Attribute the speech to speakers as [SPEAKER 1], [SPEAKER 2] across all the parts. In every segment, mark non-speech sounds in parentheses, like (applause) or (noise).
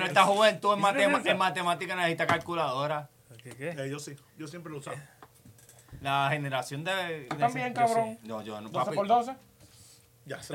[SPEAKER 1] esta juventud en, matema- en matemática necesita calculadora.
[SPEAKER 2] ¿Qué, qué?
[SPEAKER 3] Eh, yo sí, yo siempre lo usaba.
[SPEAKER 1] La generación de.
[SPEAKER 4] Tú también,
[SPEAKER 1] yo
[SPEAKER 4] cabrón.
[SPEAKER 1] sí. No, yo no,
[SPEAKER 4] 12
[SPEAKER 1] papi.
[SPEAKER 4] por 12.
[SPEAKER 3] Ya
[SPEAKER 5] Ah,
[SPEAKER 3] se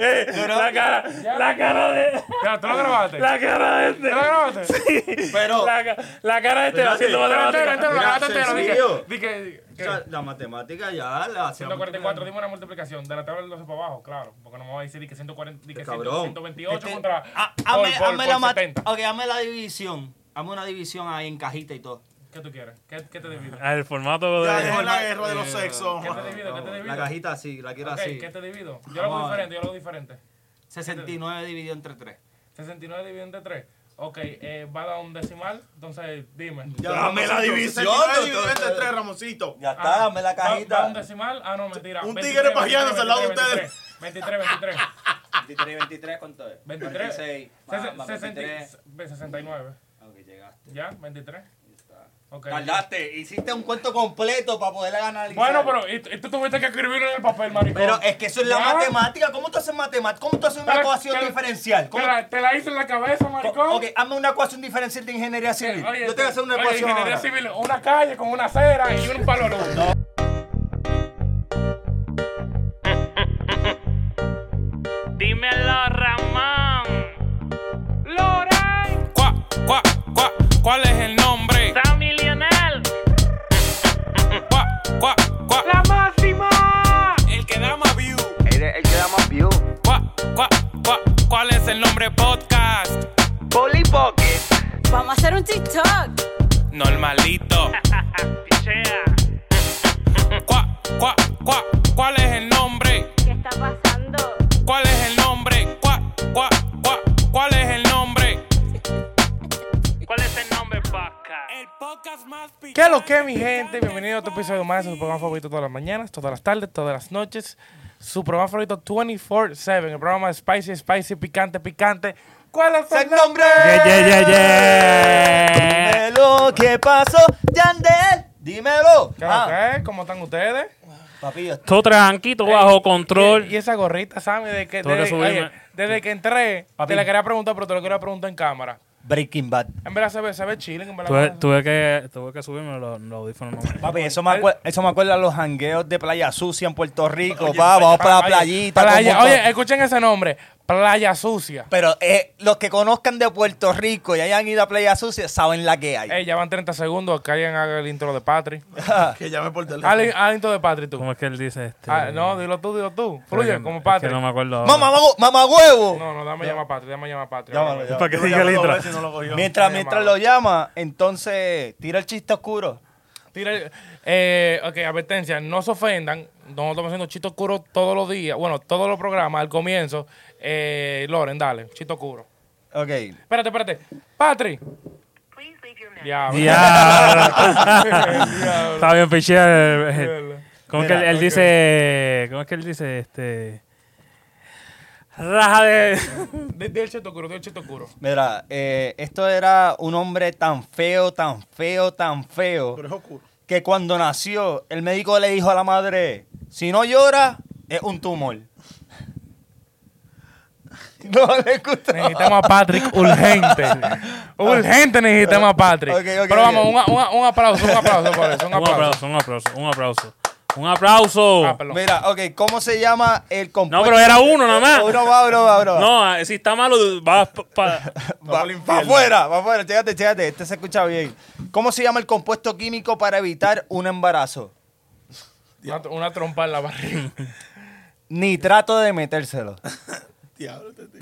[SPEAKER 2] Eh, la cara, la cara de.
[SPEAKER 4] Ya, tú lo grabaste.
[SPEAKER 2] La cara de este.
[SPEAKER 4] ¿Tú lo grabaste?
[SPEAKER 1] Pero.
[SPEAKER 2] La, ca- la cara de este
[SPEAKER 3] Espérate,
[SPEAKER 2] haciendo
[SPEAKER 4] Pero entero,
[SPEAKER 2] matemática.
[SPEAKER 4] entero, lo
[SPEAKER 3] Mira,
[SPEAKER 4] grabaste entero. Dije,
[SPEAKER 3] sencillo.
[SPEAKER 4] dije, dije,
[SPEAKER 1] o sea, la matemática ya la hacía.
[SPEAKER 4] 144, dime una multiplicación. De la tabla del 12 para abajo, claro. Porque no me va a decir que 140, di que
[SPEAKER 1] Cabrón.
[SPEAKER 4] 128
[SPEAKER 1] Este-
[SPEAKER 4] contra
[SPEAKER 1] Ah,
[SPEAKER 4] por,
[SPEAKER 1] hazme,
[SPEAKER 4] por-
[SPEAKER 1] hazme
[SPEAKER 4] por
[SPEAKER 1] la mat-
[SPEAKER 4] 70.
[SPEAKER 1] Ok, hazme la división. Hazme una división ahí en cajita y todo.
[SPEAKER 4] ¿Qué tú quieres? ¿Qué, qué te divido?
[SPEAKER 2] Ah, el formato
[SPEAKER 3] Ya
[SPEAKER 2] de.
[SPEAKER 3] dejó la guerra de los sexos.
[SPEAKER 1] Eh,
[SPEAKER 4] ¿Qué te divido? ¿Qué te
[SPEAKER 1] La
[SPEAKER 4] divido?
[SPEAKER 1] cajita así, la quiero
[SPEAKER 4] Ok,
[SPEAKER 1] así.
[SPEAKER 4] ¿Qué te divido? Yo lo hago
[SPEAKER 1] Vamos a ver.
[SPEAKER 4] diferente, yo lo hago diferente.
[SPEAKER 1] 69 dividido entre 3.
[SPEAKER 4] 69 dividido entre 3. Ok, eh, va a dar un decimal, entonces dime.
[SPEAKER 3] Ya,
[SPEAKER 1] Dame la
[SPEAKER 3] Ramoncito,
[SPEAKER 1] división,
[SPEAKER 3] 69
[SPEAKER 1] doctor.
[SPEAKER 3] dividido entre tres, Ramoncito.
[SPEAKER 1] Ya
[SPEAKER 4] Ah, va- Va, un decimal, ah no, mentira.
[SPEAKER 3] Un
[SPEAKER 4] 23,
[SPEAKER 3] tigre pajeándose al lado de
[SPEAKER 4] 23,
[SPEAKER 3] ustedes.
[SPEAKER 4] 23, 23.
[SPEAKER 6] 23 23 con todo.
[SPEAKER 4] 23.
[SPEAKER 6] 26.
[SPEAKER 4] Sesen-
[SPEAKER 6] más- más
[SPEAKER 4] 60
[SPEAKER 6] 23.
[SPEAKER 4] ve, 69.
[SPEAKER 6] Ah, Ok, llegaste.
[SPEAKER 4] ¿Ya? 23.
[SPEAKER 6] ya está.
[SPEAKER 4] Ok.
[SPEAKER 1] Tardaste, hiciste un cuento completo para poder analizar.
[SPEAKER 4] Bueno, pero y- y tú tuviste que escribirlo en el papel, maricón.
[SPEAKER 1] Pero es que eso es la
[SPEAKER 4] ¿Ya?
[SPEAKER 1] matemática. ¿Cómo tú haces matemática? ¿Cómo tú haces una
[SPEAKER 4] Pero-
[SPEAKER 1] ecuación
[SPEAKER 4] pero-
[SPEAKER 1] diferencial? ¿Cómo-
[SPEAKER 4] Te la, te la hice en la cabeza, maricón.
[SPEAKER 1] Ok, hazme una ecuación diferencial de ingeniería civil.
[SPEAKER 4] Oye,
[SPEAKER 1] Yo te voy a hacer una
[SPEAKER 4] oye,
[SPEAKER 1] ecuación
[SPEAKER 4] ingeniería
[SPEAKER 1] ahora.
[SPEAKER 4] civil, una calle con una acera y un palo de luz.
[SPEAKER 7] (laughs) Dímelo, Ramón. Loray.
[SPEAKER 5] Cuá, cuá, cuá, ¿cuál es el nombre?
[SPEAKER 7] Sammy Lionel.
[SPEAKER 5] Cuá, cuá, cuá,
[SPEAKER 7] La máxima.
[SPEAKER 5] el que da más view.
[SPEAKER 8] Eres el que da más view.
[SPEAKER 5] Cuá, cuá, cuá, ¿cuál es el nombre podcast?
[SPEAKER 8] Polly Pocket.
[SPEAKER 9] Vamos a hacer un TikTok.
[SPEAKER 5] Normalito. Cuá, cuá, cuá, ¿cuál es el nombre?
[SPEAKER 9] ¿Qué está pasando?
[SPEAKER 5] ¿Cuál es el nombre? Cuá, cuá, cuá, ¿cuál es el nombre?
[SPEAKER 7] ¿Cuál es el nombre, Paca?
[SPEAKER 5] El podcast más
[SPEAKER 2] ¿Qué lo que, mi gente? Bienvenido a otro episodio más de su programa favorito todas las mañanas, todas las tardes, todas las noches. Su programa favorito 24-7, el programa Spicy, Spicy, Picante, Picante. ¿Cuál es el
[SPEAKER 1] ¡Sin nombre!
[SPEAKER 2] Yeah, yeah, yeah, yeah.
[SPEAKER 1] Dímelo, ¿qué pasó? Yandel, dímelo.
[SPEAKER 2] ¿Qué
[SPEAKER 1] Ah,
[SPEAKER 2] lo que? ¿Cómo están ustedes?
[SPEAKER 1] papi, yo estoy-
[SPEAKER 5] Todo tranquilo, bajo control.
[SPEAKER 2] Y, y esa gorrita, Sammy, de que,
[SPEAKER 5] Tengo que
[SPEAKER 2] desde,
[SPEAKER 5] subirme.
[SPEAKER 2] oye, desde que entré, te la quería preguntar, pero te lo quería preguntar en cámara.
[SPEAKER 1] Breaking Bad.
[SPEAKER 2] En verdad se ve, se ve chilling, en verdad.
[SPEAKER 5] Tuve, tuve que, tuve que subirme los, los audífonos. no me-
[SPEAKER 1] Papi, eso me, acuer- eso me acuerda a los hangueos de Playa Sucia en Puerto Rico. pa, vamos para la playita.
[SPEAKER 2] Playa-
[SPEAKER 1] con mucho-
[SPEAKER 2] oye, escuchen ese nombre, Playa Sucia.
[SPEAKER 1] Pero eh, los que conozcan de Puerto Rico y hayan ido a Playa Sucia saben la que hay.
[SPEAKER 2] Ey, ya van 30 segundos, que alguien haga el intro de Patri.
[SPEAKER 3] Que llame por teléfono.
[SPEAKER 2] Haz el haz el intro de Patri tú.
[SPEAKER 5] ¿Cómo es que él dice este?
[SPEAKER 2] Ah, no, dilo tú, dilo tú.
[SPEAKER 5] Creo
[SPEAKER 2] Fluye
[SPEAKER 5] que-
[SPEAKER 2] como
[SPEAKER 5] Es
[SPEAKER 2] Patri.
[SPEAKER 5] que no me acuerdo. ahora.
[SPEAKER 1] (laughs) Mamá, mamá, mamá huevo.
[SPEAKER 2] No, no, dame llamar a Patri, dame llamar a Patri.
[SPEAKER 1] Llámalo, llámalo.
[SPEAKER 5] Ah, Para que diga el intro.
[SPEAKER 1] Mientras,
[SPEAKER 2] Ay,
[SPEAKER 1] mientras
[SPEAKER 2] mamá.
[SPEAKER 1] lo llama, entonces tira el chiste oscuro.
[SPEAKER 2] Tira el- eh, ok, advertencia, no se ofendan. Nosotros estamos haciendo chito oscuro todos los días. Bueno, todos los programas al comienzo. Eh, Loren, dale, chito oscuro.
[SPEAKER 1] Ok.
[SPEAKER 2] Espérate, espérate. Patri. Diablo. (laughs)
[SPEAKER 5] Diablo. Está bien, piché. eh, ¿Cómo es que él,
[SPEAKER 2] Mira,
[SPEAKER 5] él
[SPEAKER 2] ok.
[SPEAKER 5] dice. ¿Cómo es que él dice este. Raja de.
[SPEAKER 2] Di- di el chito oscuro, di el chito
[SPEAKER 5] (laughs)
[SPEAKER 2] oscuro.
[SPEAKER 1] Mira, eh, esto era un hombre tan feo, tan feo, tan feo,
[SPEAKER 3] Pero es oscuro.
[SPEAKER 1] que cuando nació, el médico le dijo a la madre, si no llora, es un tumor. (laughs) No le gusta.
[SPEAKER 2] Necesitamos a Patrick urgente. urgente necesitamos a Patrick.
[SPEAKER 1] Ok, ok,
[SPEAKER 2] Pero vamos,
[SPEAKER 1] ok.
[SPEAKER 2] un, un- un aplauso, un aplauso por eso. Un aplauso.
[SPEAKER 5] Un aplauso, un aplauso, un aplauso. Un aplauso.
[SPEAKER 2] Ah, perdón.
[SPEAKER 1] Mira, ok, ¿cómo se llama el compuesto?
[SPEAKER 5] No, pero era uno nada más.
[SPEAKER 1] Uno va, uno va, uno va.
[SPEAKER 5] No, ah, si está malo, vas para.
[SPEAKER 1] Va, va afuera, va afuera, chécate, chécate, este se escucha bien. ¿Cómo se llama el compuesto químico para evitar un embarazo?
[SPEAKER 2] Una, una trompa en la barriga.
[SPEAKER 1] Ni trato de
[SPEAKER 5] (laughs)
[SPEAKER 1] metérselo.
[SPEAKER 3] Diablo, este tío.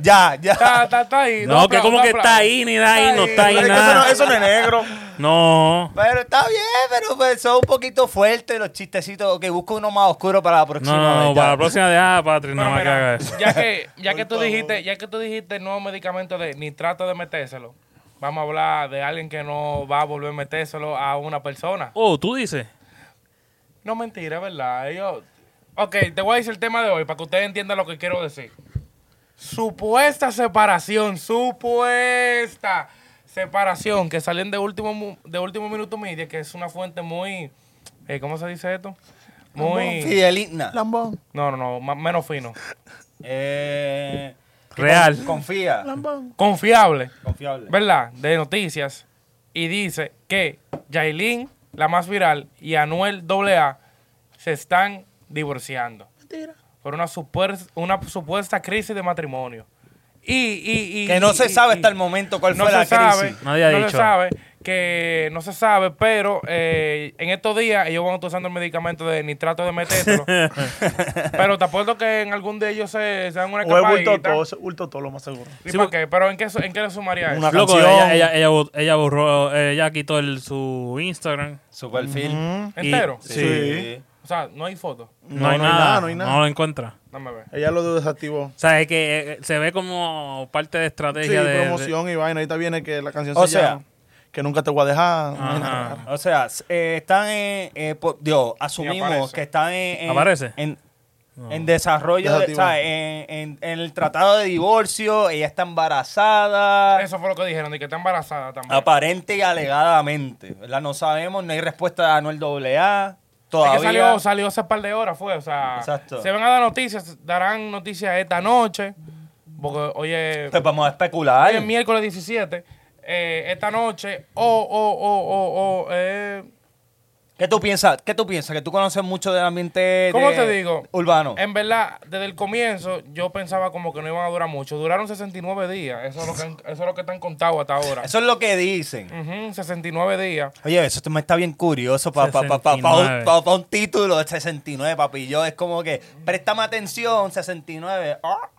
[SPEAKER 1] Ya, ya.
[SPEAKER 2] (laughs) Está, está, está ahí.
[SPEAKER 5] No, que
[SPEAKER 2] apla-
[SPEAKER 5] como
[SPEAKER 2] dos
[SPEAKER 5] que está
[SPEAKER 2] aplausos.
[SPEAKER 5] ahí, ni da ahí, no está ahí
[SPEAKER 1] Es que eso, no,
[SPEAKER 5] nada.
[SPEAKER 1] eso no es negro.
[SPEAKER 5] No.
[SPEAKER 1] Pero está bien, pero pues, son un poquito fuertes los chistecitos. Ok, busco uno más oscuro para la próxima.
[SPEAKER 5] No, no,
[SPEAKER 1] vez,
[SPEAKER 5] para la
[SPEAKER 1] ya.
[SPEAKER 5] próxima deja, Patrick, no
[SPEAKER 2] Pero
[SPEAKER 5] me
[SPEAKER 2] mira,
[SPEAKER 5] cagas eso.
[SPEAKER 2] Ya que, ya que
[SPEAKER 3] Por
[SPEAKER 2] tú
[SPEAKER 3] favor.
[SPEAKER 2] dijiste, ya que tú dijiste el nuevo medicamento de ni trata de metérselo, vamos a hablar de alguien que no va a volver a metérselo a una persona.
[SPEAKER 5] Oh, tú dices.
[SPEAKER 2] No mentira, ¿verdad? Ellos... Ok, te voy a decir el tema de hoy para que ustedes entiendan lo que quiero decir. Supuesta separación, supuesta separación que salen de último Mu- de último minuto media, que es una fuente muy eh, ¿cómo se dice esto? Muy
[SPEAKER 1] Fidelina.
[SPEAKER 3] Lambón.
[SPEAKER 2] No, no, no, ma- menos fino.
[SPEAKER 1] Eh, que
[SPEAKER 5] Real.
[SPEAKER 1] con- confía.
[SPEAKER 2] Confiable,
[SPEAKER 1] Confiable.
[SPEAKER 2] ¿verdad? De noticias. Y dice que Yailin, la más viral, y Anuel AA se están divorciando. Por una, supuer- una supuesta crisis de matrimonio. Y, y- y-
[SPEAKER 1] Que no
[SPEAKER 2] y-
[SPEAKER 1] se
[SPEAKER 2] y-
[SPEAKER 1] sabe
[SPEAKER 2] y-
[SPEAKER 1] hasta el momento cuál
[SPEAKER 2] no
[SPEAKER 1] fue
[SPEAKER 2] se
[SPEAKER 1] la
[SPEAKER 2] sabe,
[SPEAKER 1] crisis.
[SPEAKER 5] Nadie ha
[SPEAKER 2] no
[SPEAKER 5] dicho.
[SPEAKER 2] se sabe, que no se sabe, pero eh, en estos días ellos van a estar usando el medicamento de nitrato de
[SPEAKER 1] (laughs)
[SPEAKER 2] metételo. pero te apuesto que en algún de ellos se, se dan una
[SPEAKER 3] Huevo y
[SPEAKER 2] escapadita.
[SPEAKER 3] todo, ulto todo, lo más seguro.
[SPEAKER 2] ¿Y por qué? ¿Pero en qué, su- en qué le sumaría eso?
[SPEAKER 3] Una
[SPEAKER 5] Loco,
[SPEAKER 3] canción.
[SPEAKER 5] ella, ella, ella, bor- ella borró, eh, ella quitó el, su Instagram.
[SPEAKER 1] Su perfil.
[SPEAKER 5] y-
[SPEAKER 2] ¿Entero?
[SPEAKER 5] sí.
[SPEAKER 1] Sí.
[SPEAKER 2] O sea, no hay foto.
[SPEAKER 5] No, hay nada, no,
[SPEAKER 3] hay nada.
[SPEAKER 5] lo encuentra.
[SPEAKER 2] Dame ver.
[SPEAKER 3] Ella lo desactivó.
[SPEAKER 5] O sea, es que eh, se ve como parte de
[SPEAKER 3] Sí,
[SPEAKER 5] estrategia de... de-
[SPEAKER 3] promoción y vaina. Ahorita viene que la canción
[SPEAKER 1] O
[SPEAKER 3] se
[SPEAKER 1] sea.
[SPEAKER 3] llama Que nunca te voy a dejar.
[SPEAKER 5] Ajá.
[SPEAKER 1] Ah. O sea, s- eh, están en. eh, po- Dios, asumimos
[SPEAKER 2] aparece.
[SPEAKER 1] que están en. en-
[SPEAKER 5] ¿Aparece?
[SPEAKER 1] En, en desarrollo, de,
[SPEAKER 3] Desactivó.
[SPEAKER 1] ¿sabes? En, en- en el tratado de divorcio, ella está embarazada.
[SPEAKER 2] Eso fue lo que dijeron, de que está embarazada también.
[SPEAKER 1] Ah, Aparente y alegadamente. ¿verdad? No sabemos, no hay respuesta de Anuel AA.
[SPEAKER 2] Es
[SPEAKER 1] Todavía.
[SPEAKER 2] que salió, salió hace par de horas, fue. O sea,
[SPEAKER 1] Exacto.
[SPEAKER 2] se van a dar noticias, darán noticias esta noche. Porque, oye,
[SPEAKER 1] Pues vamos a especular.
[SPEAKER 2] Hoy es miércoles 17, eh, esta noche, o, o, o, o, o, eh,
[SPEAKER 1] ¿Qué tú piensas? ¿Qué tú piensas? Que tú conoces mucho del ambiente
[SPEAKER 2] ¿cómo
[SPEAKER 1] de-
[SPEAKER 2] te digo?
[SPEAKER 1] urbano.
[SPEAKER 2] En verdad, desde el comienzo, yo pensaba como que no iban a durar mucho. Duraron 69 días, eso es lo que, han- eso es lo que te han contado hasta ahora.
[SPEAKER 1] Eso es lo que dicen.
[SPEAKER 2] Ujú, 69 días.
[SPEAKER 1] Oye, eso me está bien curioso para un,
[SPEAKER 5] 69.
[SPEAKER 1] pa- pa un título de 69, papi. Yo es como que, préstame atención, 69. ah.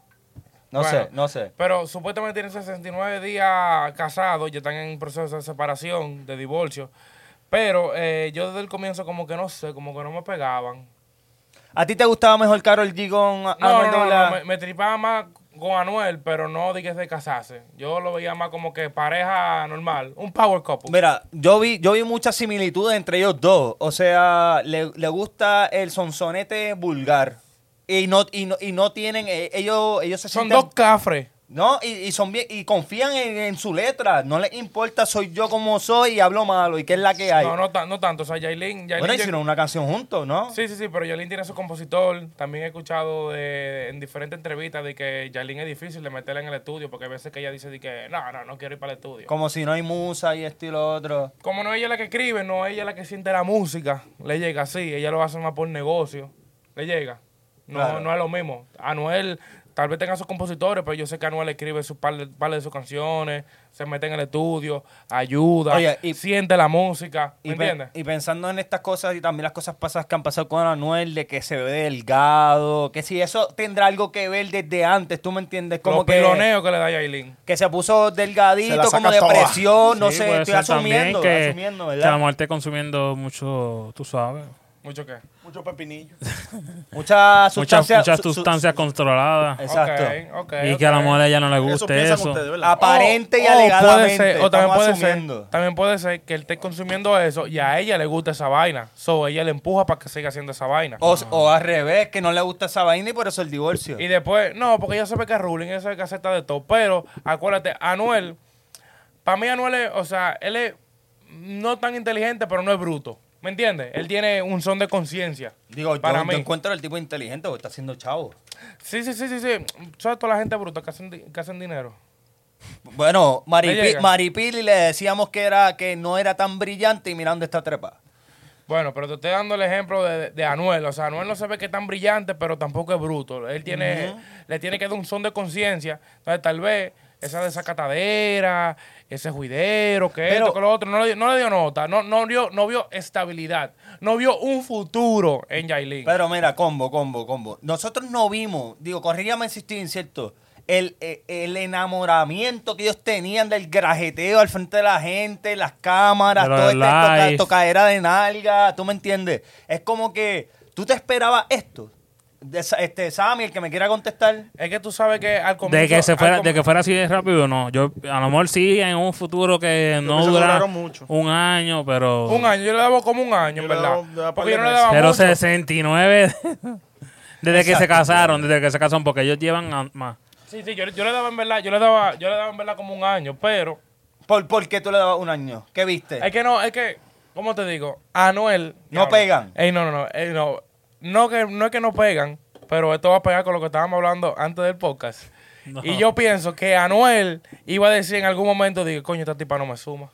[SPEAKER 1] No
[SPEAKER 2] Bueno,
[SPEAKER 1] sé, no sé.
[SPEAKER 2] Pero supuestamente tienen 69 días casados, ya están en proceso de separación, de divorcio. Pero eh, yo desde el comienzo como que no sé, como que no me pegaban.
[SPEAKER 1] ¿A ti te gustaba mejor Carol G con a-
[SPEAKER 2] No,
[SPEAKER 1] Anuel
[SPEAKER 2] no, no,
[SPEAKER 1] AA?
[SPEAKER 2] no, me, me tripaba más con Anuel, pero no dije de casarse. Yo lo veía más como que pareja normal, un power couple.
[SPEAKER 1] Mira, yo vi, yo vi muchas similitudes entre ellos dos. O sea, le, le gusta el sonsonete vulgar. Y no, y no, y no tienen, eh, ellos, ellos se
[SPEAKER 2] Son
[SPEAKER 1] sienten-
[SPEAKER 2] dos cafres.
[SPEAKER 1] No, y, y son bien, y confían en, en su letra. No les importa, soy yo como soy y hablo malo y qué es la que hay.
[SPEAKER 2] No, no, ta- no tanto. O sea, Yailin. Yailin
[SPEAKER 1] bueno,
[SPEAKER 2] llegó-
[SPEAKER 1] hicieron una canción juntos, ¿no?
[SPEAKER 2] Sí, sí, sí, pero Yailin tiene su compositor. También he escuchado de- en diferentes entrevistas de que Yailin es difícil de meterla en el estudio porque hay veces que ella dice de que no, no, no quiero ir para el estudio.
[SPEAKER 1] Como si no hay musa y esto y lo otro.
[SPEAKER 2] Como no ella es la que escribe, no ella es la que siente la música, le llega así, ella lo hace más por negocio, le llega. No,
[SPEAKER 1] Claro.
[SPEAKER 2] no es lo mismo. Anuel, tal vez tenga sus compositores, pero yo sé que Anuel escribe su par de, par de sus canciones, se mete en el estudio, ayuda,
[SPEAKER 1] Oye, y-
[SPEAKER 2] siente la música, ¿me
[SPEAKER 1] Y, pe-
[SPEAKER 2] entiendes?
[SPEAKER 1] y pensando en estas cosas y también las cosas pasadas que han pasado con Anuel, de que se ve delgado, que si eso tendrá algo que ver desde antes, ¿tú me entiendes? Como
[SPEAKER 2] Los
[SPEAKER 1] que,
[SPEAKER 2] piloneos que le da Yailin.
[SPEAKER 1] que se puso delgadito,
[SPEAKER 3] Se la saca
[SPEAKER 1] como
[SPEAKER 3] toda.
[SPEAKER 1] depresión, no
[SPEAKER 5] Sí,
[SPEAKER 1] sé,
[SPEAKER 5] puede
[SPEAKER 1] estoy
[SPEAKER 5] ser también
[SPEAKER 1] asumiendo,
[SPEAKER 5] que,
[SPEAKER 1] asumiendo,
[SPEAKER 5] que a
[SPEAKER 1] ¿verdad?
[SPEAKER 5] lo mejor esté consumiendo mucho, tú sabes.
[SPEAKER 2] ¿Mucho qué?
[SPEAKER 3] Mucho pepinillo.
[SPEAKER 1] Muchas
[SPEAKER 5] Muchas,
[SPEAKER 1] sustancias.
[SPEAKER 5] muchas
[SPEAKER 1] su- su-
[SPEAKER 5] sustancias controladas.
[SPEAKER 1] Exacto. Oh,
[SPEAKER 2] Ok, ok,
[SPEAKER 5] y que a lo
[SPEAKER 2] ok.
[SPEAKER 5] mejor a ella no le guste eso.
[SPEAKER 1] Ah,
[SPEAKER 3] ¿verdad?
[SPEAKER 1] Aparente y
[SPEAKER 2] O- o puede
[SPEAKER 1] alegadamente.
[SPEAKER 2] ser- o también
[SPEAKER 1] estamos
[SPEAKER 2] puede,
[SPEAKER 1] asumiendo.
[SPEAKER 2] ser, también puede ser que él esté consumiendo eso y a ella le gusta esa vaina. So, ella le empuja para que siga haciendo esa vaina.
[SPEAKER 1] O, o al revés, que no le gusta esa vaina y por eso el divorcio.
[SPEAKER 2] Y después, no, porque ella sabe que es ruling, ella sabe que acepta de todo. Pero acuérdate, Anuel, para mí Anuel es, o sea, él es no tan inteligente, pero no es bruto. ¿Me entiendes? Él tiene un son de conciencia.
[SPEAKER 1] Digo,
[SPEAKER 2] para
[SPEAKER 1] yo,
[SPEAKER 2] mí.
[SPEAKER 1] yo encuentro al tipo inteligente porque está haciendo chavo.
[SPEAKER 2] Sí, sí, sí, sí, sí. Sobre toda la gente bruta que hacen, di- que hacen dinero.
[SPEAKER 1] Bueno, Maripi-
[SPEAKER 2] Le llega.
[SPEAKER 1] Maripili le decíamos que era que no era tan brillante y mira dónde está trepa.
[SPEAKER 2] Bueno, pero te estoy dando el ejemplo de, de Anuel. O sea, Anuel no se ve que es tan brillante, pero tampoco es bruto. Él tiene, le tiene que dar un son de conciencia. Entonces, tal vez esa desacatadera, ese juidero, que
[SPEAKER 1] Pero-
[SPEAKER 2] esto, que lo otro, no le, no le dio nota. No, no, vio, no vio estabilidad. No vio un futuro en Yailin.
[SPEAKER 1] Pero mira, combo, combo, combo. Nosotros no vimos, digo, corrígame si estoy incierto, el, eh, el enamoramiento que ellos tenían del grajeteo al frente de la gente, las cámaras,
[SPEAKER 5] De los
[SPEAKER 1] todo este toca-
[SPEAKER 5] lives.
[SPEAKER 1] tocadera de nalga, ¿tú me entiendes? Es como que tú te esperabas esto. De sa- este, Sammy, el que me quiera contestar.
[SPEAKER 2] es que tú sabes que al comienzo...
[SPEAKER 5] De que, se
[SPEAKER 2] al
[SPEAKER 5] fuera,
[SPEAKER 2] com-
[SPEAKER 5] de que fuera así de rápido, no. Yo, a lo mejor sí, en un futuro que no
[SPEAKER 3] que se
[SPEAKER 5] durara
[SPEAKER 3] duraron mucho.
[SPEAKER 5] un año, pero...
[SPEAKER 2] Un año, yo le daba como un año,
[SPEAKER 3] Yo
[SPEAKER 2] en
[SPEAKER 3] le
[SPEAKER 2] ¿verdad?
[SPEAKER 3] daba- le daba par
[SPEAKER 2] Porque yo
[SPEAKER 3] de
[SPEAKER 2] no le
[SPEAKER 3] meses.
[SPEAKER 2] daba
[SPEAKER 5] Pero
[SPEAKER 2] mucho.
[SPEAKER 5] 69 (laughs) desde que se casaron, desde que se casaron, porque ellos llevan a- más.
[SPEAKER 2] Sí, sí, yo, yo le daba en verdad, yo le daba, yo le daba en verdad como un año, pero...
[SPEAKER 1] ¿Por, por qué tú le dabas un año? ¿Qué viste?
[SPEAKER 2] Es que no, es que, ¿cómo te digo? Anuel.
[SPEAKER 1] No pegan.
[SPEAKER 2] Ey, no, no, no. ey, no. No, que, no es que no pegan, Pero esto va a pegar con lo que estábamos hablando antes del podcast.
[SPEAKER 5] No.
[SPEAKER 2] Y yo pienso que Anuel iba a decir en algún momento, dije, coño, esta tipa no me suma.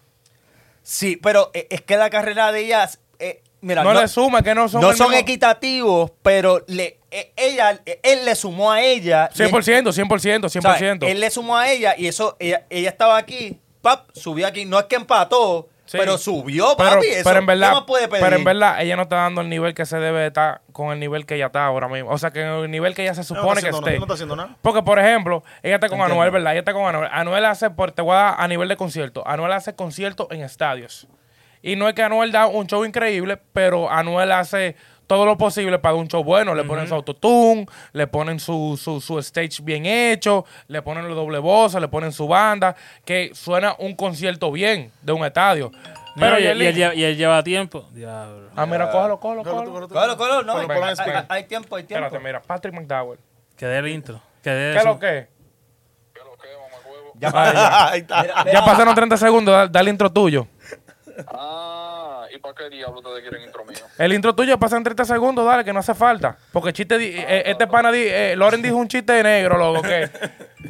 [SPEAKER 1] Sí, pero eh, es que la carrera de ellas. eh, mira,
[SPEAKER 2] no, le suma, que no son...
[SPEAKER 1] no
[SPEAKER 2] el
[SPEAKER 1] son
[SPEAKER 2] mismo-
[SPEAKER 1] equitativos, pero le, eh, ella, eh, él le sumó a ella. y él-
[SPEAKER 2] 100%, 100%,
[SPEAKER 1] o sea,
[SPEAKER 2] 100%.
[SPEAKER 1] Él le sumó a ella y eso, ella, ella estaba aquí, pap, subió aquí. No es que empató,
[SPEAKER 2] Sí.
[SPEAKER 1] pero subió,
[SPEAKER 2] pero,
[SPEAKER 1] papi. eso,
[SPEAKER 2] pero en verdad,
[SPEAKER 1] ¿qué más puede pedir?
[SPEAKER 2] pero en verdad, ella no está dando el nivel que se debe de estar con el nivel que ella está ahora mismo. O sea, que el nivel que ella se
[SPEAKER 3] no,
[SPEAKER 2] supone
[SPEAKER 3] está
[SPEAKER 2] que
[SPEAKER 3] haciendo
[SPEAKER 2] esté.
[SPEAKER 3] nada, no está haciendo nada.
[SPEAKER 2] Porque, por ejemplo, ella está con
[SPEAKER 3] Entiendo.
[SPEAKER 2] Anuel, ¿verdad? Ella está con Anuel. Anuel hace, por, te voy a dar a nivel de concierto. Anuel hace conciertos en estadios. Y no es que Anuel da un show increíble, pero Anuel hace todo lo posible para dar un show bueno. Le ponen su autotune, le ponen su, su, su stage bien hecho, le ponen los doble voces, le ponen su banda, que suena un concierto bien de un estadio. Pero
[SPEAKER 5] Mira, y,
[SPEAKER 2] Yelin-
[SPEAKER 5] él, lleva- y él lleva tiempo. Diablo.
[SPEAKER 2] Ah, mira, cógelo, cógelo,
[SPEAKER 3] Cógelo tú,
[SPEAKER 2] cógelo.
[SPEAKER 3] tú.
[SPEAKER 1] Cógelo, cógelo, no.
[SPEAKER 2] Ponlo, ponlo en
[SPEAKER 1] hay-
[SPEAKER 2] speed.
[SPEAKER 1] hay, hay tiempo, hay tiempo.
[SPEAKER 2] Espérate, mira, Patrick McDowell.
[SPEAKER 5] Que dé el intro. Que dé
[SPEAKER 2] ¿Qué es
[SPEAKER 5] su-
[SPEAKER 2] lo que?
[SPEAKER 1] Ya, (laughs)
[SPEAKER 3] Ahí está.
[SPEAKER 2] Ya pasaron 30 segundos, da- dale intro tuyo.
[SPEAKER 10] Ah, ¿y para qué diablo ustedes quieren intro mío?
[SPEAKER 2] El intro tuyo pasa en 30 segundos, dale, que no hace falta. Porque chiste, di- eh, este pana, di- eh, Loren dijo un chiste de negro, loco, que,